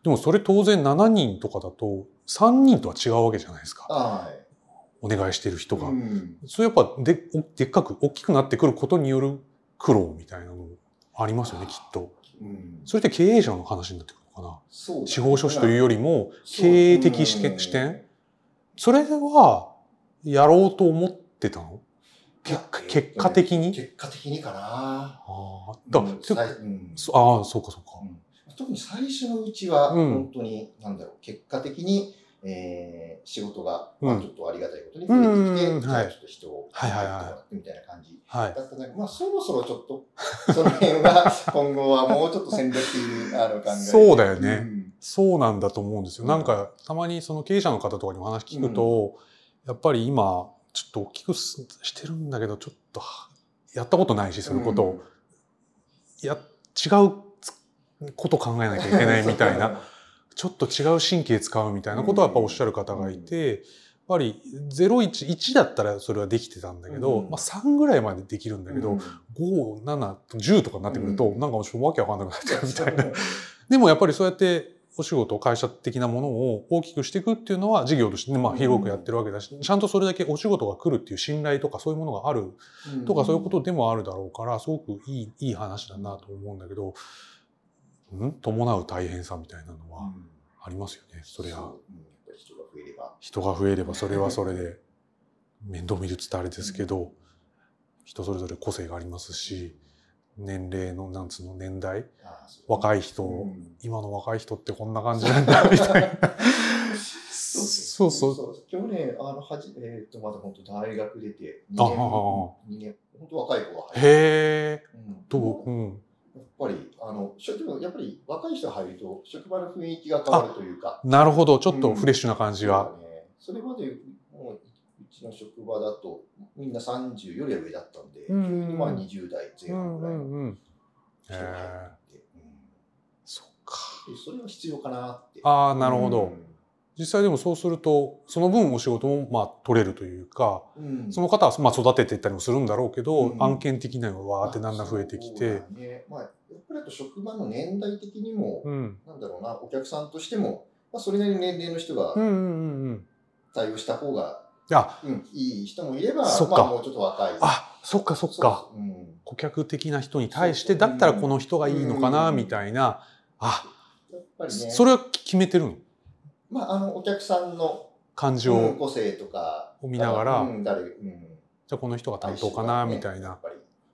Speaker 1: でもそれ当然7人とかだと3人とは違うわけじゃないですか
Speaker 2: はい。
Speaker 1: お願いしてる人が、
Speaker 2: うん
Speaker 1: それやっぱでおでっかく大きくなってくることによる苦労みたいなのもありますよねきっと
Speaker 2: うん
Speaker 1: それって経営者の話になってくるのかな
Speaker 2: そうだね
Speaker 1: 司法書士というよりも
Speaker 2: そう
Speaker 1: 経営的視
Speaker 2: う
Speaker 1: 点
Speaker 2: ん
Speaker 1: 視点それはやろうと思ってたの
Speaker 2: いや
Speaker 1: 結果
Speaker 2: えーと
Speaker 1: 結果的
Speaker 2: ね
Speaker 1: に
Speaker 2: 結果的にかな。
Speaker 1: ああ
Speaker 2: う
Speaker 1: だ
Speaker 2: ん
Speaker 1: そ
Speaker 2: さいうん
Speaker 1: そああそうかそうか
Speaker 2: 特に最初のうちは、
Speaker 1: うん
Speaker 2: 本当に、なんだろう、結果的に、えー仕事が、
Speaker 1: うん
Speaker 2: まあ、ちょっとありがたいことに増えてきて、
Speaker 1: うん
Speaker 2: じゃあ
Speaker 1: はい
Speaker 2: ちょっと人を
Speaker 1: はいはいはい
Speaker 2: 入ってもらってみたいな感じ
Speaker 1: はい
Speaker 2: だったんだけど、まあ、そろそろちょっと、 その辺 は、今後はもうちょっと戦略的にあの考え
Speaker 1: そうだよね
Speaker 2: うん
Speaker 1: そうなんだと思うんですよ、
Speaker 2: うん
Speaker 1: なんかたまにその経営者の方とかにお話聞くと、やっぱり今ちょっと大きくすしてるんだけどちょっとはやったことないしそういうことを、いや違うつこと考えなきゃいけないみたいなちょっと違う神経使うみたいなことはやっぱおっしゃる方がいて、やっぱり011だったらそれはできてたんだけど、
Speaker 2: うん
Speaker 1: まあ、3ぐらいまでできるんだ
Speaker 2: だ
Speaker 1: けど、
Speaker 2: うん
Speaker 1: 5710とかになってくると、
Speaker 2: うん
Speaker 1: なんかちょっとわけわかんなくなっちゃうみたいな。
Speaker 2: うん
Speaker 1: でもやっぱりそうやってお仕事、会社的なものを大きくしていくっていうのは事業としてね、まあ広くやってるわけだし、ちゃんとそれだけお仕事が来るっていう信頼とかそういうものがあるとかそういうことでもあるだろうから、すごくいい、いい話だなと思うんだけど、ん伴う大変さみたいなのはありますよね、それは。
Speaker 2: 人が増えれば。。
Speaker 1: 人が増えればそれはそれ で、面倒見るって言ったらあれですけど、人それぞれ個性がありますし、年齢の、なんつうの、年代、若い人、今の若い人ってこんな感じなんだ、みたいな。そうそう
Speaker 2: 去年、あの、はじ、えっ、と、まだ本当大学出て、2年、2年、本当若い子が
Speaker 1: 入る。へえ、どう、うん。
Speaker 2: やっぱり、あの、職場、やっぱり若い人入ると、職場の雰囲気が変わるというか。
Speaker 1: なるほど、ちょっとフレッシュな感じが。
Speaker 2: それまで、もう、うちの職場だと、みんな30よりは上だったんで、まあ20代前半ぐらいの人が入って。
Speaker 1: そっか。
Speaker 2: それは必要かなって。
Speaker 1: ああ、なるほど。実際でもそうするとその分お仕事もまあ取れるというか、うん、その方はまあ育てていったりもするんだろうけど、うん、案件的なのはわーってだんだん増えてきて。
Speaker 2: まあねまあ、やっぱりあと職場の年代的にも、うん、なんだろうなお客さんとしても、まあ、それなりに年齢の人が対応した方がいい人もいれば、
Speaker 1: そ
Speaker 2: まあ、もうちょっと若い。
Speaker 1: あそっかそっか顧客的な人に対してだったらこの人がいいのかなみたいな、あやっぱり、ね、それは決めてるの
Speaker 2: まあ、あのお客さんの
Speaker 1: 感情、うん、
Speaker 2: 個性とか
Speaker 1: を見ながら、
Speaker 2: うん、誰うん、
Speaker 1: じゃあこの人が担当かな、ね、みたいな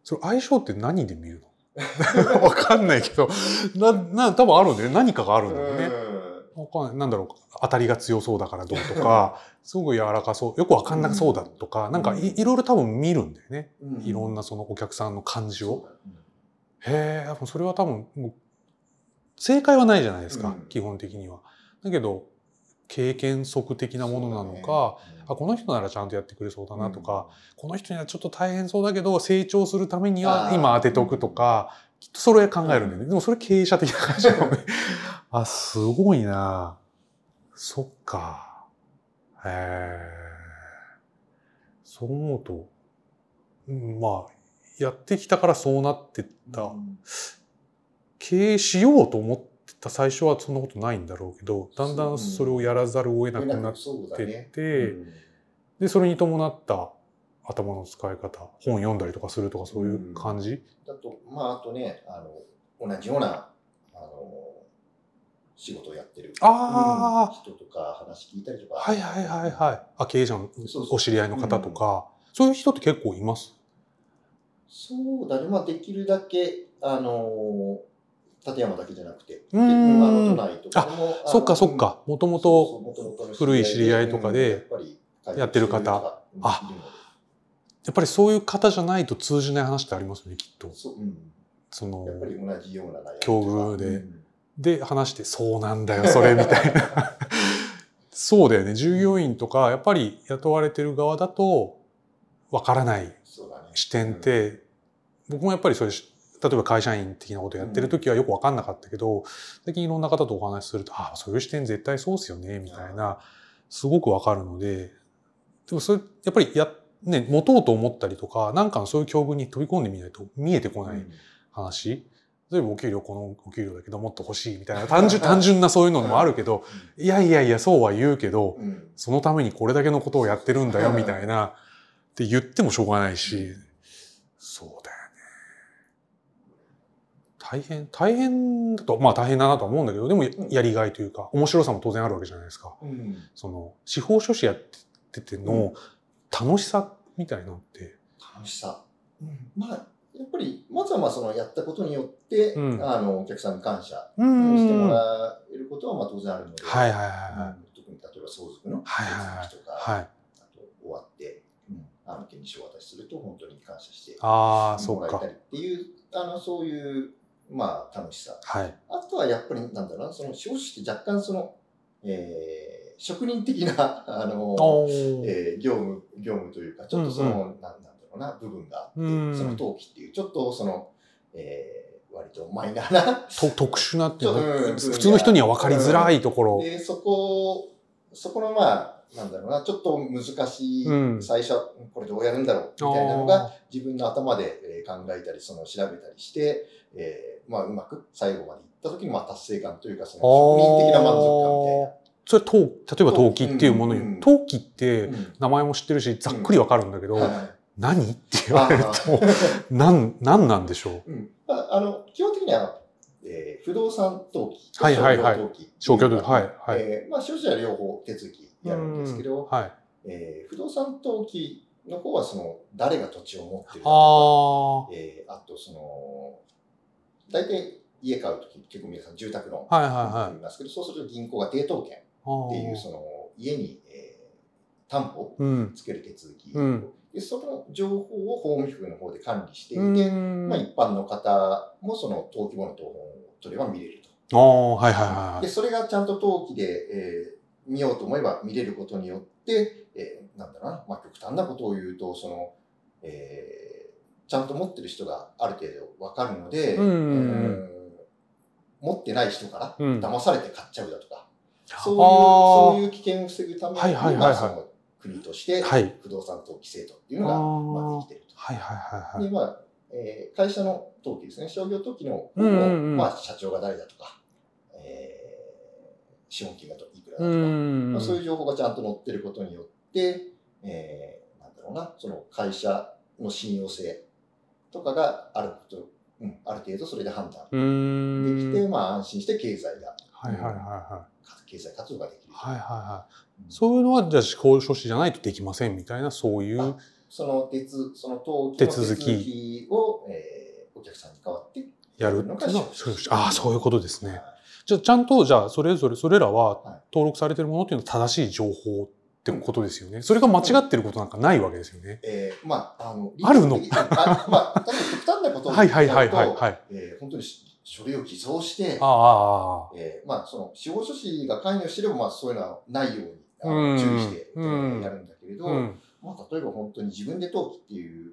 Speaker 1: それ相性って何で見るの わかんないけどなな多分あるんだよね何かがあるんだよね。わかんない。なんだろう当たりが強そうだからどうと かすごく柔らかそうよくわかんなそうだとか、うん、なんかいいろいろ多分見るんだよね、うん、いろんなそのお客さんの感じを。へえそれは多分もう正解はないじゃないですか、基本的には。だけど経験則的なものなのか、ねうん、あこの人ならちゃんとやってくれそうだなとか、うん、この人にはちょっと大変そうだけど成長するためには今当てておくとか、うん、きっとそれ考えるんだよね、でもそれ経営者的な感じだ もんねあすごいなそっかへえそう思うと、うん、まあやってきたからそうなってった、経営しようと思って最初はそんなことないんだろうけどだんだんそれをやらざるを得なくなってって、でそれに伴った頭の使い方本読んだりとかするとかそういう感じ、
Speaker 2: だとまああとねあの同じようなあの仕事をやってる
Speaker 1: あ、
Speaker 2: 人とか話聞いたりとか
Speaker 1: はいはいはいはいあ経営者のお知り合いの方とかそういう人って結構います
Speaker 2: そうだねまあできるだけあの立山だけじゃなくて、うん、あ
Speaker 1: そっかそっか、もともと古い知り合いとかでやってる方。あやっぱりそういう方じゃないと通じない話ってありますよね、きっと。
Speaker 2: そ,、うん、
Speaker 1: その、
Speaker 2: 境
Speaker 1: 遇で。で、話して、そうなんだよ、それ、みたいな。そうだよね、従業員とか、やっぱり雇われてる側だと、わからない視点って、僕もやっぱりそれ例えば会社員的なことやってる時はよく分かんなかったけど、うん、最近いろんな方とお話しすると「ああそういう視点絶対そうっすよね」みたいなすごく分かるのででもそれやっぱりや、ね、持とうと思ったりとか何かのそういう境遇に飛び込んでみないと見えてこない話。うん例えばお給料このお給料だけどもっと欲しいみたいな 単純単純なそういうのもあるけど、うん、いやいやいやそうは言うけど、そのためにこれだけのことをやってるんだよみたいなって言ってもしょうがないし、そうだよ大変、大変だと、まあ大変だなとは思うんだけど、でもやりがいというか、面白さも当然あるわけじゃないですか。うん、その、司法書士やってての楽しさみたいなのって。
Speaker 2: 楽しさ。うん、まあ、やっぱり、まずはまあそのやったことによって、うん、あの、お客さんに感謝してもらえることはまあ当然あるので。
Speaker 1: はいはいはいはい。
Speaker 2: 特に例えば相続
Speaker 1: は
Speaker 2: の
Speaker 1: いはい
Speaker 2: とか、はい、あと終わって、うん、あの、権利書を渡しすると本当に感謝してもらえたりっていう、ああの、そういうまあ、楽しさ。
Speaker 1: はい、
Speaker 2: あとはやっぱり、なんだろうな、その、少子って若干その、えー、職人的な、 あの、えー、業務、業務というか、ちょっとその、うんうん、なんだろうな、部分があって、うんうん、その登記っていう、ちょっとその、えー、割とマイナーな。
Speaker 1: と特殊なっていうの、うん、普通の人には分かりづらいところ。
Speaker 2: で、そこ、そこのまあ、なんだろうな、ちょっと難しい、最初、これどうやるんだろう、みたいなのが、自分の頭で考えたり、その調べたりして、えー、まあ、うまく最後までいっった時に、まあ、達成感というか、その、職人的な満足
Speaker 1: それ陶例えば陶器っていうもの
Speaker 2: うんうん
Speaker 1: に陶器って
Speaker 2: 感みたいな。
Speaker 1: 名前も知ってるしざっくりわかるんだけど、
Speaker 2: うんはい
Speaker 1: 何って言われると何何 なんでしょう
Speaker 2: うん、ああの基本的にはあの、えー不動産登記と
Speaker 1: はいはいはい
Speaker 2: 商業登記
Speaker 1: 消去ではいはい、
Speaker 2: えーまあ、消費者は両方手続きやるんですけ
Speaker 1: うん
Speaker 2: ど、
Speaker 1: はい、
Speaker 2: えー不動産登記の方はその誰が土地を持ってるかと
Speaker 1: あ
Speaker 2: かえーあとその大体家買うとき結構皆さん住宅ロ
Speaker 1: あはいはい
Speaker 2: ーンって
Speaker 1: は
Speaker 2: 言いますけど、そうすると銀行が抵当権
Speaker 1: い
Speaker 2: っていうその家に、えー担保を
Speaker 1: うん
Speaker 2: つける手続き、
Speaker 1: うん
Speaker 2: でその情報を法務局の方で管理していて、
Speaker 1: うん
Speaker 2: まあ、一般の方もその登記簿の謄本を取れば見れると。
Speaker 1: ああはいはいはいはい
Speaker 2: で、それがちゃんと登記で、えー見ようと思えば見れることによって、えーなんだろうな、まあ、極端なことを言うと、その、えーちゃんと持ってる人がある程度わかるので、
Speaker 1: うん
Speaker 2: ん持ってない人から
Speaker 1: うん
Speaker 2: 騙されて買っちゃうだとか、
Speaker 1: あー
Speaker 2: そういう、そういう危険を防ぐために、
Speaker 1: はいはいはいはい
Speaker 2: まあその国として
Speaker 1: はい
Speaker 2: 不動産登記制度っていう
Speaker 1: あ
Speaker 2: のが、まあ、
Speaker 1: ー
Speaker 2: できてると。
Speaker 1: はいはいはいはい
Speaker 2: で、まあ、えー会社の登記ですね、商業登記の方も、
Speaker 1: うんうんうん
Speaker 2: まあ、社長が誰だとか、えー資本金がいくらだと
Speaker 1: う
Speaker 2: か、
Speaker 1: ん
Speaker 2: まあ、そういう情報がちゃんと載ってることによって、えーなんだろうな、その会社の信用性とかがあること、うん、ある程度それで判断
Speaker 1: う
Speaker 2: で
Speaker 1: ん
Speaker 2: きて、まあ、安心して経済が、
Speaker 1: はいはいはいはい
Speaker 2: 経済活動ができる。
Speaker 1: はいはいはい
Speaker 2: うん
Speaker 1: そういうのはじゃあ司法書士じゃないとできませんみたいなそういう
Speaker 2: あその手つその登記の手続きを、えーお客さんに代わって
Speaker 1: やるっていうのは
Speaker 2: そうです
Speaker 1: ああそういうことですねじゃあちゃんとじゃあそれぞれそれら
Speaker 2: はい
Speaker 1: は登録されてるものっていうのは正しい情報ってことですよねそれが間違ってることなんかないわけですよね
Speaker 2: えー、まあ、あの、
Speaker 1: あるの
Speaker 2: 理屈的にあまあ、ただ極端なことを
Speaker 1: はい
Speaker 2: 言っちゃ
Speaker 1: は
Speaker 2: う
Speaker 1: い
Speaker 2: と、
Speaker 1: はいはいはい
Speaker 2: えー本当にし書類を偽造して
Speaker 1: あ、あああ
Speaker 2: えーまあ、その、司法書士が関与してれば、まあ、そういうのはないように、あ
Speaker 1: うん
Speaker 2: の注意して、え
Speaker 1: うん
Speaker 2: ーやるんだけれど、
Speaker 1: うん、
Speaker 2: まあ、例えば本当に自分で登記っていう、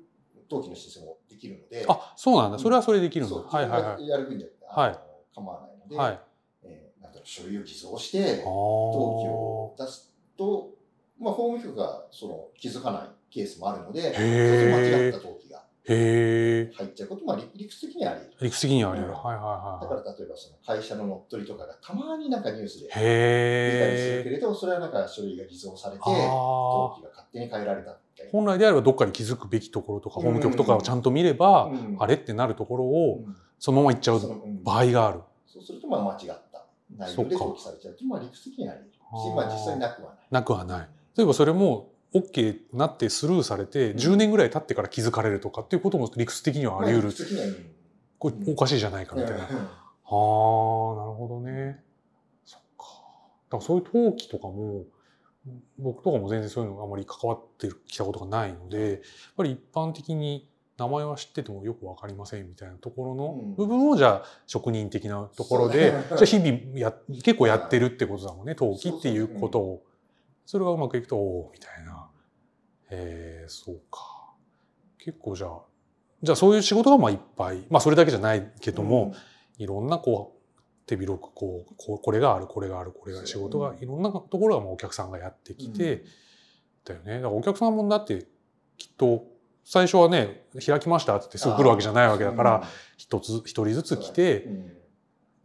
Speaker 2: 登記の申請もできるので、
Speaker 1: あそうなんだそれはそれでできるんだ
Speaker 2: そう、
Speaker 1: はいはいは
Speaker 2: 自分がやる分には、
Speaker 1: はい
Speaker 2: あの構わないの
Speaker 1: い
Speaker 2: で、
Speaker 1: はい
Speaker 2: えーなんだろう、書類を偽造して
Speaker 1: あ、
Speaker 2: 登記
Speaker 1: ー
Speaker 2: を出すと、まあ、法務局がその気づかないケースもあるので、
Speaker 1: ー
Speaker 2: それで間違った登記が
Speaker 1: へえ
Speaker 2: 入っちゃうことも理理屈的にはあり得る。
Speaker 1: 理屈的にはあり得る
Speaker 2: うん
Speaker 1: はい
Speaker 2: だ
Speaker 1: はい
Speaker 2: か
Speaker 1: は
Speaker 2: ら例えばその会社の乗っ取りとかがたまになんかニュースで
Speaker 1: い
Speaker 2: 出たりす
Speaker 1: へ
Speaker 2: るけ
Speaker 1: え
Speaker 2: れど、それはなんか書類が偽造されて、
Speaker 1: あ
Speaker 2: 登
Speaker 1: あ
Speaker 2: 記が勝手に変えられたみたいな。
Speaker 1: 本来であればどっかに気づくべきところとか
Speaker 2: うん
Speaker 1: 法務局とかをちゃんと見れば、
Speaker 2: うん
Speaker 1: あれってなるところ
Speaker 2: う
Speaker 1: を
Speaker 2: ん
Speaker 1: そのまま行っちゃ
Speaker 2: そうのうん
Speaker 1: 場合がある。
Speaker 2: そうするとまあ間違った内容で登記されちゃうというのは理屈的にはあり得るし
Speaker 1: あー、
Speaker 2: まあ実際なくはない。
Speaker 1: なくはない。例えばそれも OK になってスルーされて
Speaker 2: うん
Speaker 1: 10年ぐらい経ってから気づかれるとかっていうことも理屈的にはあり得
Speaker 2: ま理
Speaker 1: る。
Speaker 2: 屈的には
Speaker 1: これおかしいじゃないかみたいな。ああ、なる
Speaker 2: うん
Speaker 1: ほどね。そっか。だからそういう登記とかも僕とかも全然そういうのがあまり関わってきたことがないのでやっぱり一般的に名前は知っててもよく分かりませんみたいなところ
Speaker 2: う
Speaker 1: の
Speaker 2: ん
Speaker 1: 部分をじゃあ職人的なところで、
Speaker 2: そうね
Speaker 1: じゃあ日々や結構やってるってことだもんね陶器っていうことをそれがうまくいくとおおみたいなえー、そうか結構じゃあじゃあそういう仕事がまあいっぱいまあそれだけじゃないけども、いろんなこう手広くこうこうこれがあるこれがあるこれが仕事が
Speaker 2: そう
Speaker 1: いろんなところがまあお客さんがやってきて、だよねだからお客さんもだってきっと最初はね開きましたって言ってすぐ来るわけじゃないわけだから、一つ一人ずつ来て、
Speaker 2: うんうん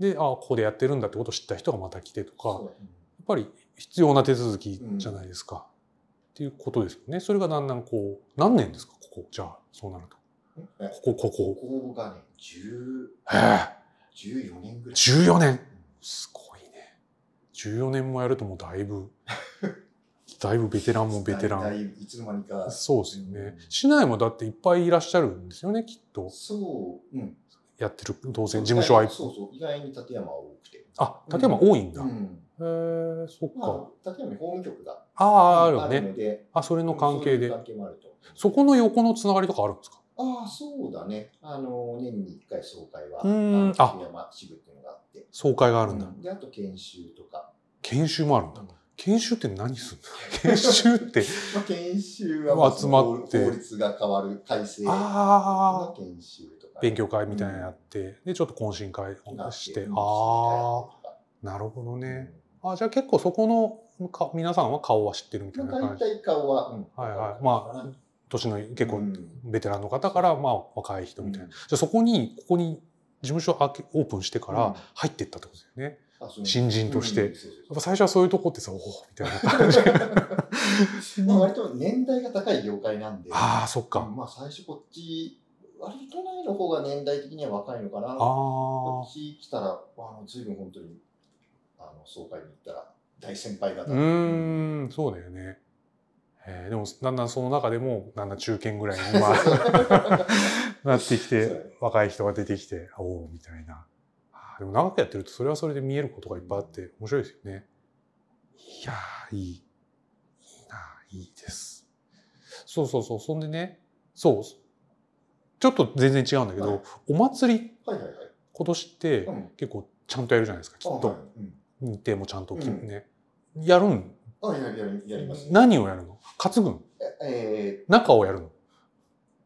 Speaker 1: であここでやってるんだってことを知った人がまた来てとかや
Speaker 2: そう
Speaker 1: っぱり必要な手続きじゃないですか、っていうことですよねそれがだんだんこう何年ですかここじゃあそうなると
Speaker 2: うんえ
Speaker 1: こここ
Speaker 2: こ
Speaker 1: こ
Speaker 2: こがね、10
Speaker 1: へ
Speaker 2: 14年ぐ
Speaker 1: え
Speaker 2: らい。
Speaker 1: 14年すごいね14年もやるともうだいぶ だいぶベテランもベテラ
Speaker 2: だ
Speaker 1: ン
Speaker 2: いいつの間にか。
Speaker 1: そうですよね
Speaker 2: うん
Speaker 1: 市内もだっていっぱいいらっしゃるんですよねきっと
Speaker 2: そう。うん。
Speaker 1: やってる当然事務所は
Speaker 2: そうそう。意外に立山は多くて。
Speaker 1: あ例えば多いんだ、
Speaker 2: う
Speaker 1: へ
Speaker 2: ん。
Speaker 1: えそっか
Speaker 2: まあ、立山に法務局が
Speaker 1: あああるよね
Speaker 2: ので、
Speaker 1: あそれの関係
Speaker 2: そう
Speaker 1: で
Speaker 2: いう関係もあると。
Speaker 1: そこの横のつながりとかあるんですか
Speaker 2: ああ、そうだね。あの、年に1回総会は、
Speaker 1: うーん
Speaker 2: あの立山支部っていうのがあって。
Speaker 1: 総会があるんだ、
Speaker 2: うんで、あと研修とか。
Speaker 1: 研修もあるんだ研修って何するん だ研修って
Speaker 2: まあ、研修は、
Speaker 1: 集まって
Speaker 2: 法律が変わる改正
Speaker 1: あ
Speaker 2: の研修とか。
Speaker 1: あ勉強会みたいなのやって、でちょっと懇親会
Speaker 2: があ
Speaker 1: をして
Speaker 2: うん
Speaker 1: あ
Speaker 2: そ
Speaker 1: あなるほど
Speaker 2: ういう会やったり
Speaker 1: ね
Speaker 2: とか
Speaker 1: あじゃあ結構そこのか皆さんは顔は知ってるみたい
Speaker 2: ま
Speaker 1: な
Speaker 2: あ、
Speaker 1: 感
Speaker 2: 大
Speaker 1: じ
Speaker 2: 体顔は、うん
Speaker 1: はいはいまあ年の結
Speaker 2: う
Speaker 1: 構
Speaker 2: ん
Speaker 1: ベテランの方からまあ若い人みたいな、
Speaker 2: うん
Speaker 1: じゃあそこにここに事務所あけオープンしてから入っていったってことだよね。
Speaker 2: あそう
Speaker 1: 新人として
Speaker 2: うんそうそう
Speaker 1: やっ
Speaker 2: そ
Speaker 1: ぱ最初はそういうとこってさ、おおみたいな 感じ。
Speaker 2: うまあ、割と年代が高い業界なんで、
Speaker 1: ああ、そっ
Speaker 2: う
Speaker 1: か。
Speaker 2: んまあ、最初こっち、割と都内の方が年代的には若いのかな。
Speaker 1: あ
Speaker 2: こ
Speaker 1: あ。
Speaker 2: っち来たら、あの随分本当に、あの、総会に行ったら、大先輩方。
Speaker 1: うーん、そうだよね。えーでも、だんだんその中でも、だんだん中堅ぐら いに、まあ、 なってきて、若い人が出てきて、おおみたいな。あーでも長くやってると、それはそれで見えることがいっぱいあって、面白いですよね。いやー、いい。いいな、いいです。そうそうそう。そんでね、そう。ちょっと全然違うんだけど、
Speaker 2: はい
Speaker 1: お祭り、
Speaker 2: はいはいはい。
Speaker 1: 今年って、
Speaker 2: うん。
Speaker 1: 結構ちゃんとやるじゃないですかきっ
Speaker 2: あはい
Speaker 1: と
Speaker 2: うん
Speaker 1: 日程もちゃんと決め
Speaker 2: うん
Speaker 1: ね、やるん
Speaker 2: あ、やりやりやります。
Speaker 1: 何をやるの担ぐの
Speaker 2: え
Speaker 1: 中をやるの
Speaker 2: ー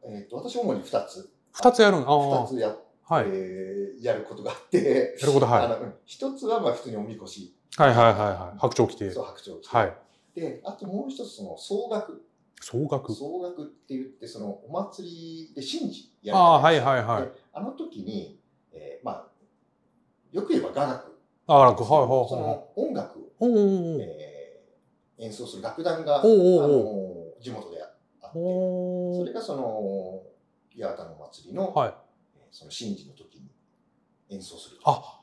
Speaker 2: えーと、私主に2つ。
Speaker 1: 二つやるのあ
Speaker 2: 2つやっ
Speaker 1: あはい、
Speaker 2: えーやることがあって、
Speaker 1: やることはい
Speaker 2: あのうん一つはまあ普通におみこし、
Speaker 1: はいはいはいはい白鳥来て
Speaker 2: そう白鳥を着て、
Speaker 1: はい
Speaker 2: であともう一つその総額
Speaker 1: 総額
Speaker 2: 総額って言ってそのお祭りで神事や
Speaker 1: あ
Speaker 2: る
Speaker 1: あはいい
Speaker 2: じゃなですか
Speaker 1: はいはい
Speaker 2: であの時に、えーまあよく言えば雅楽
Speaker 1: あら楽はいはい
Speaker 2: そ
Speaker 1: はい
Speaker 2: の音楽を、
Speaker 1: おうおうおう
Speaker 2: えー演奏する楽団が、
Speaker 1: おうおう
Speaker 2: あのー地元であって
Speaker 1: お
Speaker 2: そ
Speaker 1: お
Speaker 2: れがその八幡の祭りの、
Speaker 1: はい
Speaker 2: えーその神事の時に演奏すると
Speaker 1: あ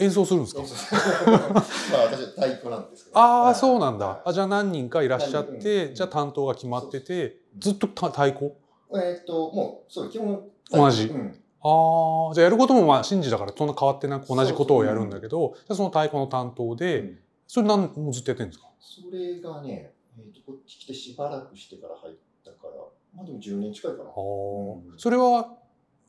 Speaker 1: 演奏するんですか
Speaker 2: そうそう そうまあ私は太鼓なんですけど。
Speaker 1: ああそうなん
Speaker 2: はい
Speaker 1: だあじゃあ何人かいらっしゃっ
Speaker 2: 何人う
Speaker 1: て
Speaker 2: ん
Speaker 1: じゃあ担当が決まってて
Speaker 2: うん
Speaker 1: ずっとた太鼓
Speaker 2: えーっと、もう、そう、基本。
Speaker 1: 同じ
Speaker 2: うん。
Speaker 1: ああじゃあやることもまあ神事だからそんな変わってなく同じことをやるんだけどじゃあその太鼓の担当で、
Speaker 2: うん
Speaker 1: それなんもうずっとやってるんですか
Speaker 2: それがね、えーっと、こっち来てしばらくしてから入ったから、まあでも10年近いかな
Speaker 1: あ。ー
Speaker 2: うん
Speaker 1: それは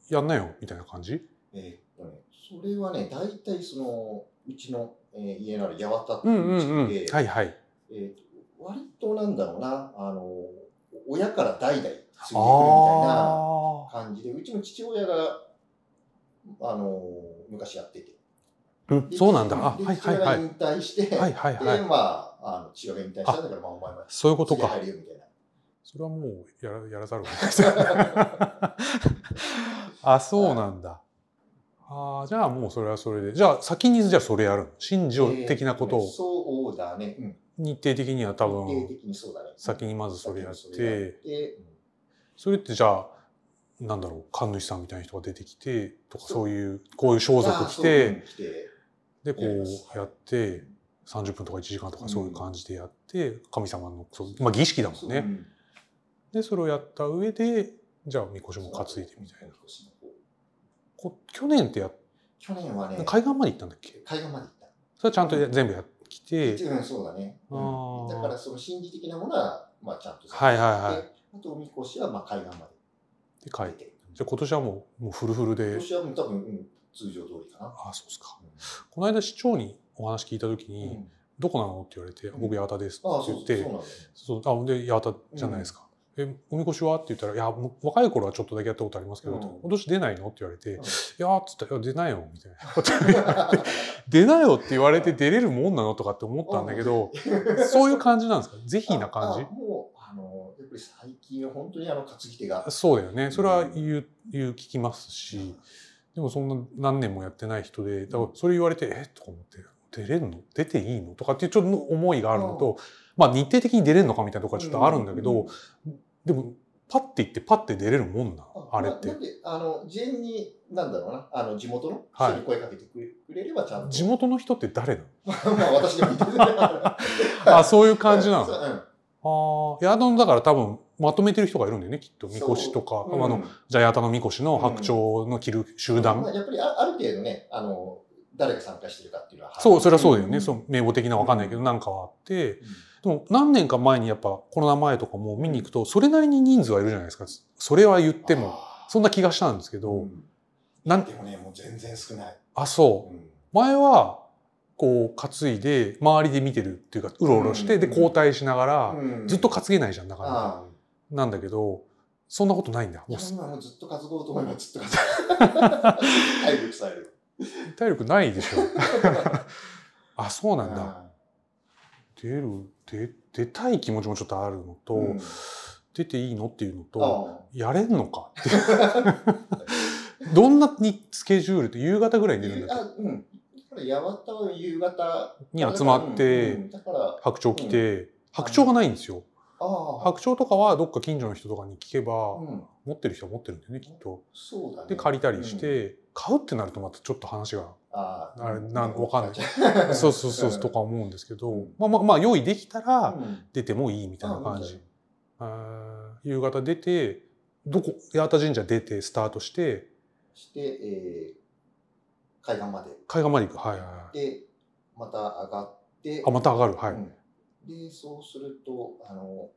Speaker 1: やんなよみたいな感じ
Speaker 2: えーっとね、それはね、大体その、うちの、えー家なら八幡って
Speaker 1: う
Speaker 2: い
Speaker 1: んうんう
Speaker 2: うん地区で、
Speaker 1: はいはい
Speaker 2: えーっと、割となんだろうな、あの、親から代々継いでくるみたいな
Speaker 1: あ
Speaker 2: 感じで、うちの父親が、あの、昔やってて。
Speaker 1: あーうんそうなんだあはいは
Speaker 2: で父親
Speaker 1: い
Speaker 2: が
Speaker 1: はい
Speaker 2: 引退して、
Speaker 1: はいはいは
Speaker 2: で、
Speaker 1: い
Speaker 2: まあ、あの、父親が引退したんだから、まあ、お前は、
Speaker 1: そういうこと
Speaker 2: 次
Speaker 1: か
Speaker 2: 入るよ、みたいな。
Speaker 1: それはもうやらやらざるを得ないですね あそうなんだあーじゃあもうそれはそれでじゃあ先にじゃあそれやるの神事的なこと
Speaker 2: えー
Speaker 1: を
Speaker 2: そうだね。うん。
Speaker 1: 日程的には多分
Speaker 2: 定的にそうだね。
Speaker 1: 先
Speaker 2: に
Speaker 1: にまずそれやっ
Speaker 2: 先にそれやってて、うん
Speaker 1: それってじゃあなんだろう神主さんみたいな人が出てきてとかそういうこういう装束着て、
Speaker 2: あーそう来て
Speaker 1: でこ
Speaker 2: やります
Speaker 1: うやって30分とか1時間とかそういう感じでやって神様のそう、まあ、儀式だもん
Speaker 2: そうう
Speaker 1: ね。
Speaker 2: ん
Speaker 1: でそれをやった上でじゃあみこしも担いでみたいな。
Speaker 2: そうそうそう
Speaker 1: こ去年ってや
Speaker 2: 去年はね、
Speaker 1: 海岸まで行ったんだっけ
Speaker 2: 海岸まで行った。
Speaker 1: それはちゃんと全部やってきて
Speaker 2: うん、そうだね。う
Speaker 1: あ
Speaker 2: ん
Speaker 1: ー
Speaker 2: だから、その心理的なものは、まあ、ちゃんと。。
Speaker 1: はいはいはい
Speaker 2: あと、おみこしは、まあ、海岸ま
Speaker 1: で帰
Speaker 2: で
Speaker 1: っ
Speaker 2: 出
Speaker 1: て。
Speaker 2: て。
Speaker 1: じゃあ今年はもうもうフルフル
Speaker 2: 今
Speaker 1: で。
Speaker 2: 年はもう多分、うん通常通りかな。
Speaker 1: ああそうですか。
Speaker 2: うん
Speaker 1: この間市長にお話聞いた時
Speaker 2: う
Speaker 1: に「
Speaker 2: ん
Speaker 1: どこなの?」って言われて「
Speaker 2: うん
Speaker 1: 僕八幡です」
Speaker 2: ああ、
Speaker 1: って
Speaker 2: そう
Speaker 1: 言
Speaker 2: そ
Speaker 1: っ
Speaker 2: う
Speaker 1: て
Speaker 2: そうなんだよ。
Speaker 1: そう、あ、で、やったじゃないですか。え、おみこしはって言ったら、いや、もう若い頃はちょっとだけやったことありますけど、
Speaker 2: うん
Speaker 1: 今年出ないのって言われて、
Speaker 2: うん
Speaker 1: いやーっつったら、いや、出ないよ、みたいな。 出ないよって言われて出れるもんなのとかって思ったんだけど、そういう感じなんですかぜひな感
Speaker 2: あもう、あの、やっぱり最近は本当にあの、担ぎ手が
Speaker 1: じ。そうだよね。それは言う、言う聞きますし、でもそんな何年もやってない人で、だからそれ言われて、えとか思って、出れんの出ていいのとかっていうちょっと思いがあるのと、まあ日程的に出れるのかみたいなところはちょっとあるんだけど、
Speaker 2: ううう
Speaker 1: でも、パッて行ってパッて出れるもんな、あれっ
Speaker 2: ま
Speaker 1: て
Speaker 2: だ。って、あの、事前に、なんだろうな、あの、地元の
Speaker 1: はい
Speaker 2: 人に声かけてくれ,、れればちゃんと。
Speaker 1: 地元の人って誰な
Speaker 2: まあ、私でも言ってくれ
Speaker 1: の あ、そういう感じな
Speaker 2: そう
Speaker 1: のああ、宿のだから多分まとめてる人がいるんだよね、きっと。みこしとか、
Speaker 2: うん
Speaker 1: あの、ジャヤタのみこしの白鳥の着る集団。
Speaker 2: まあやっぱりあ、ある程度ね、あの、誰が参加してるかっていうのは。
Speaker 1: そう、それはそうだよね。
Speaker 2: ん
Speaker 1: そう、名簿的なわかんないけど、なんかはあって。でも、何年か前にやっぱ、コロナ前とかも見に行くと、それなりに人数はいるじゃないですか。それは言っても。、
Speaker 2: あ
Speaker 1: そんな気がしたんですけ
Speaker 2: ーう
Speaker 1: ど、
Speaker 2: ん
Speaker 1: なん、
Speaker 2: でもね、もう全然少ない。
Speaker 1: あ、そう。
Speaker 2: うん
Speaker 1: 前はこう担いで周りで見てるっていうかうろうろして、
Speaker 2: うん
Speaker 1: で交代しながら、
Speaker 2: うん
Speaker 1: ずっと担げないじゃんだから、
Speaker 2: ああ。
Speaker 1: なんだけどそんなことないんだ
Speaker 2: い
Speaker 1: も
Speaker 2: や
Speaker 1: う
Speaker 2: 今もうずっと担ごうと思えばずっと担 ぐ。体力さえあれば
Speaker 1: 体力ないでしょ あそうなんだ、出る出出たい気持ちもちょっとあるのと、
Speaker 2: うん
Speaker 1: 出ていいのっていうのと、
Speaker 2: あ
Speaker 1: やれんのかって どんなにスケジュールって夕方ぐらいに出るんだっ
Speaker 2: あうん。だから、八幡は夕方。
Speaker 1: けに集まっ
Speaker 2: う
Speaker 1: て、
Speaker 2: んだから、
Speaker 1: 白鳥来て、白鳥がないんですよ。
Speaker 2: ああ。
Speaker 1: 白鳥とかはどっか近所の人とかに聞けば、
Speaker 2: うん。
Speaker 1: 持ってる人は持ってるんだよね、きっと。
Speaker 2: そうだね。
Speaker 1: で、借りたりし、て、買うってなるとまたちょっと話が、
Speaker 2: ああ。
Speaker 1: あれなんわ かんない
Speaker 2: い
Speaker 1: そうそうそうそうとか思うんですけど、まあまあまあ用意できたら出てもいいみたいな感じ。。あー夕方出て、どこ、八幡神社出てスタートして、
Speaker 2: して、えー、海岸まで。
Speaker 1: 海岸まで行く。はいはいはい。
Speaker 2: で、また上がって。
Speaker 1: あ、また上がる。はい。
Speaker 2: うんで、そうすると、あの、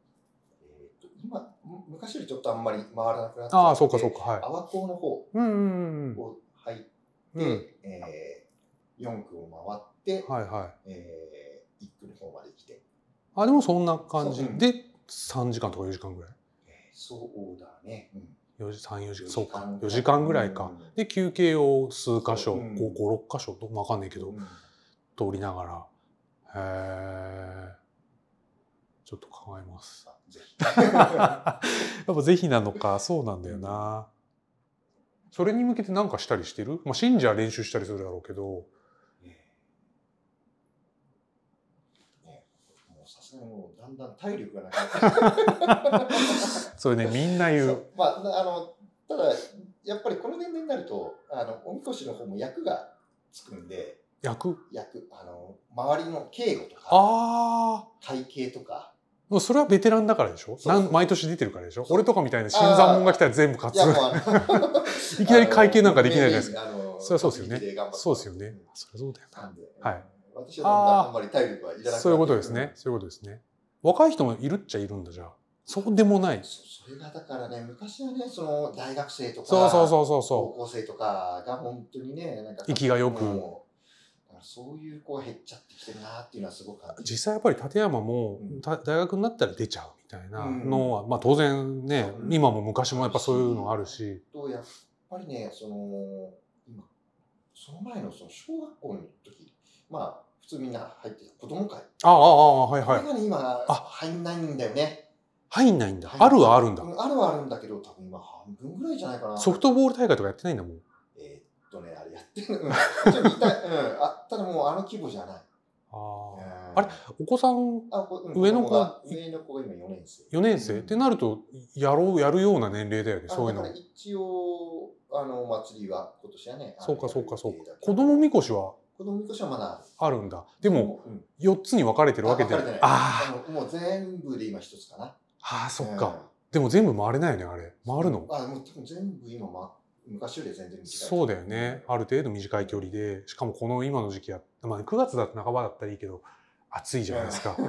Speaker 2: えーと今、む昔よりちょっとあんまり回らなくなっちゃって。
Speaker 1: ああ、そうかそうか。はい。
Speaker 2: 阿波港の方
Speaker 1: うんうん
Speaker 2: を入って、
Speaker 1: うん。うん。
Speaker 2: えー、4区を回って、
Speaker 1: はいはい。
Speaker 2: えー、1区の方まで来て。
Speaker 1: あ、でもそんな感じ
Speaker 2: そう
Speaker 1: で、3時間とか4時間ぐらい。
Speaker 2: えーそうだね。うん
Speaker 1: 4時、3、4時間。そうか。4
Speaker 2: 四時間
Speaker 1: 時間ぐらいか。
Speaker 2: うん
Speaker 1: で、休憩を数箇所、5、
Speaker 2: うん
Speaker 1: 5 6箇所、どわかんないけど
Speaker 2: う、ん
Speaker 1: 通りながら。へえ。ちょっと考え ます。
Speaker 2: あ ぜひ。
Speaker 1: やっぱぜひなのか、そうなんだよな。それに向けて何かしたりしてるまあ、信者は練習したりするだろうけ ど。
Speaker 2: ねねもうさすがにもうだんだん体力がなくなってきて
Speaker 1: それね、みんな言。
Speaker 2: そううまあ、なあのただやっぱりこの年齢になるとあのおみこしの方も役がつくんで
Speaker 1: 役
Speaker 2: 役あの周りの警護とか
Speaker 1: ああ。
Speaker 2: 会計とか
Speaker 1: もうそれはベテランだからでしょ
Speaker 2: そうそう
Speaker 1: なん毎年出てるからでしょ
Speaker 2: そう
Speaker 1: 俺とかみたいな新参者が来たら全部勝
Speaker 2: い
Speaker 1: つ。
Speaker 2: やもう
Speaker 1: いきなり会計なんかできないじゃないです
Speaker 2: か。あの
Speaker 1: そりゃそうですよね
Speaker 2: 自力頑張って
Speaker 1: そうですよね
Speaker 2: ん。
Speaker 1: そりゃそうだよな。
Speaker 2: なんで
Speaker 1: はい
Speaker 2: 私はだんだ
Speaker 1: あー
Speaker 2: んあんまり体力はいらなくなって
Speaker 1: そういうことですね。そういうことですね。若い人もいるっちゃいるんだじゃあ。そうでもない。
Speaker 2: そそれがだからね昔はねその大学生とか
Speaker 1: そうそうそうそう
Speaker 2: 高
Speaker 1: そ
Speaker 2: 校生とかが本当にねなんか
Speaker 1: 息がよく
Speaker 2: もうだからそういう子は減っちゃってきてるなっていうのはすごく感
Speaker 1: う。
Speaker 2: じる
Speaker 1: 実際やっぱり立山も
Speaker 2: うん
Speaker 1: た大学になったら出ちゃうみたいなのは、まあ当然ね、
Speaker 2: うん
Speaker 1: 今も昔もやっぱそういうのあるし。
Speaker 2: とやっぱりねその今その前のその小学校の時まあ普通みんな入ってた子供会
Speaker 1: ああ、ああ、はい
Speaker 2: こ
Speaker 1: は
Speaker 2: れ
Speaker 1: い。
Speaker 2: がね今
Speaker 1: あ
Speaker 2: 入んないんだよね
Speaker 1: 入んないんだ。
Speaker 2: 入んない
Speaker 1: あるはあるんだ
Speaker 2: う。んあるはあるんだけど多分今半分ぐらいじゃないかな
Speaker 1: ソフトボール大会とかやってないんだもん。
Speaker 2: えーっとねあれやってるうんちょっと似たうんあただもうあの規模じゃない
Speaker 1: ああ。
Speaker 2: うん
Speaker 1: あれお子さん
Speaker 2: あこうん
Speaker 1: 上の子
Speaker 2: 子が上の子が今4年生。
Speaker 1: 4年生、
Speaker 2: うん
Speaker 1: ってなるとやろうやるような年齢だよね
Speaker 2: あ
Speaker 1: そういうの
Speaker 2: だから一応、あの、お祭りは今年はね。あの
Speaker 1: そうかそうかそうか
Speaker 2: やる予定だけ
Speaker 1: 子
Speaker 2: ど
Speaker 1: 供みこしは
Speaker 2: 子供みこしはまだある。
Speaker 1: あるんだでも、
Speaker 2: うん
Speaker 1: 4つに分かれてるわけで
Speaker 2: あ
Speaker 1: あ
Speaker 2: 分かれてない
Speaker 1: あ
Speaker 2: あのもう全部で今一つかな。
Speaker 1: ーあーそっ
Speaker 2: うん
Speaker 1: か、。でも全部回れないよねあれ回るの、
Speaker 2: あ、もう多分全部今、ま、昔よりは全然短い。
Speaker 1: そうだよねある程度短い距離でしかもこの今の時期や、まあ、9月だって半ばだったらいいけど暑いじゃない ですか、
Speaker 2: うん。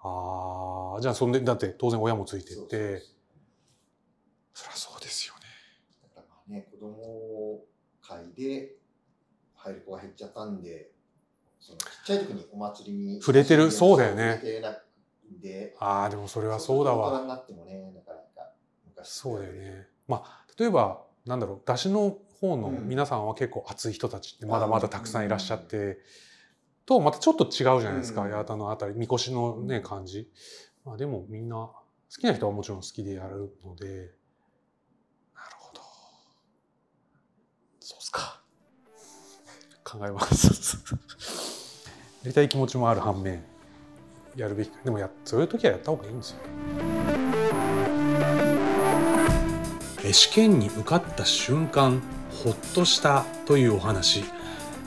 Speaker 1: ああじゃあそんでだって当然親もついて
Speaker 2: そう
Speaker 1: っ
Speaker 2: そうそう
Speaker 1: てそりゃそうですよね
Speaker 2: だからまあね、子供会で入る子が減っちゃったんで、そのちっちゃい時にお祭りに
Speaker 1: 触れてるそうだよね
Speaker 2: 触れてないんで、
Speaker 1: ああでもそれはそうだわ
Speaker 2: 大人になってもね、なかなか昔
Speaker 1: そうだよ。ね。まあ例えばなんだろう出汁の方の
Speaker 2: うん
Speaker 1: 皆さんは結構熱い人たちってまだまだたくさんいらっしゃって、とまたちょっと違うじゃないですか、
Speaker 2: うん
Speaker 1: 八幡のあたりみこしのね
Speaker 2: うん
Speaker 1: 感じ、まあ、でもみんな好きな人はもちろん好きでやるのでなるほどそうっすか考えます やりたい気持ちもある反面やるべきでもやそういう時はやった方がいいんですよえー試験に受かった瞬間ほっとしたというお話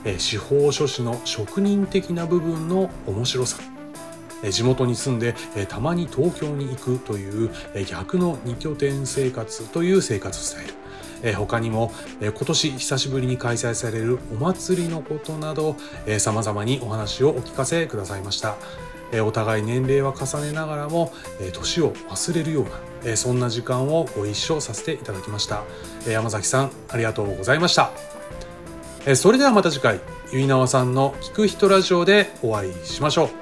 Speaker 1: えー司法書士の職人的な部分の面白さえー地元に住んでえーたまに東京に行くというえー逆の二拠点生活という生活スタイルえー他にもえー今年久しぶりに開催されるお祭りのことなどえー様々にお話をお聞かせくださいましたえーお互い年齢は重ねながらもえー年を忘れるようなえーそんな時間をご一緒させていただきましたえー山崎さんありがとうございましたえーそれではまた次回結菜さんの「聞く人ラジオ」でお会いしましょう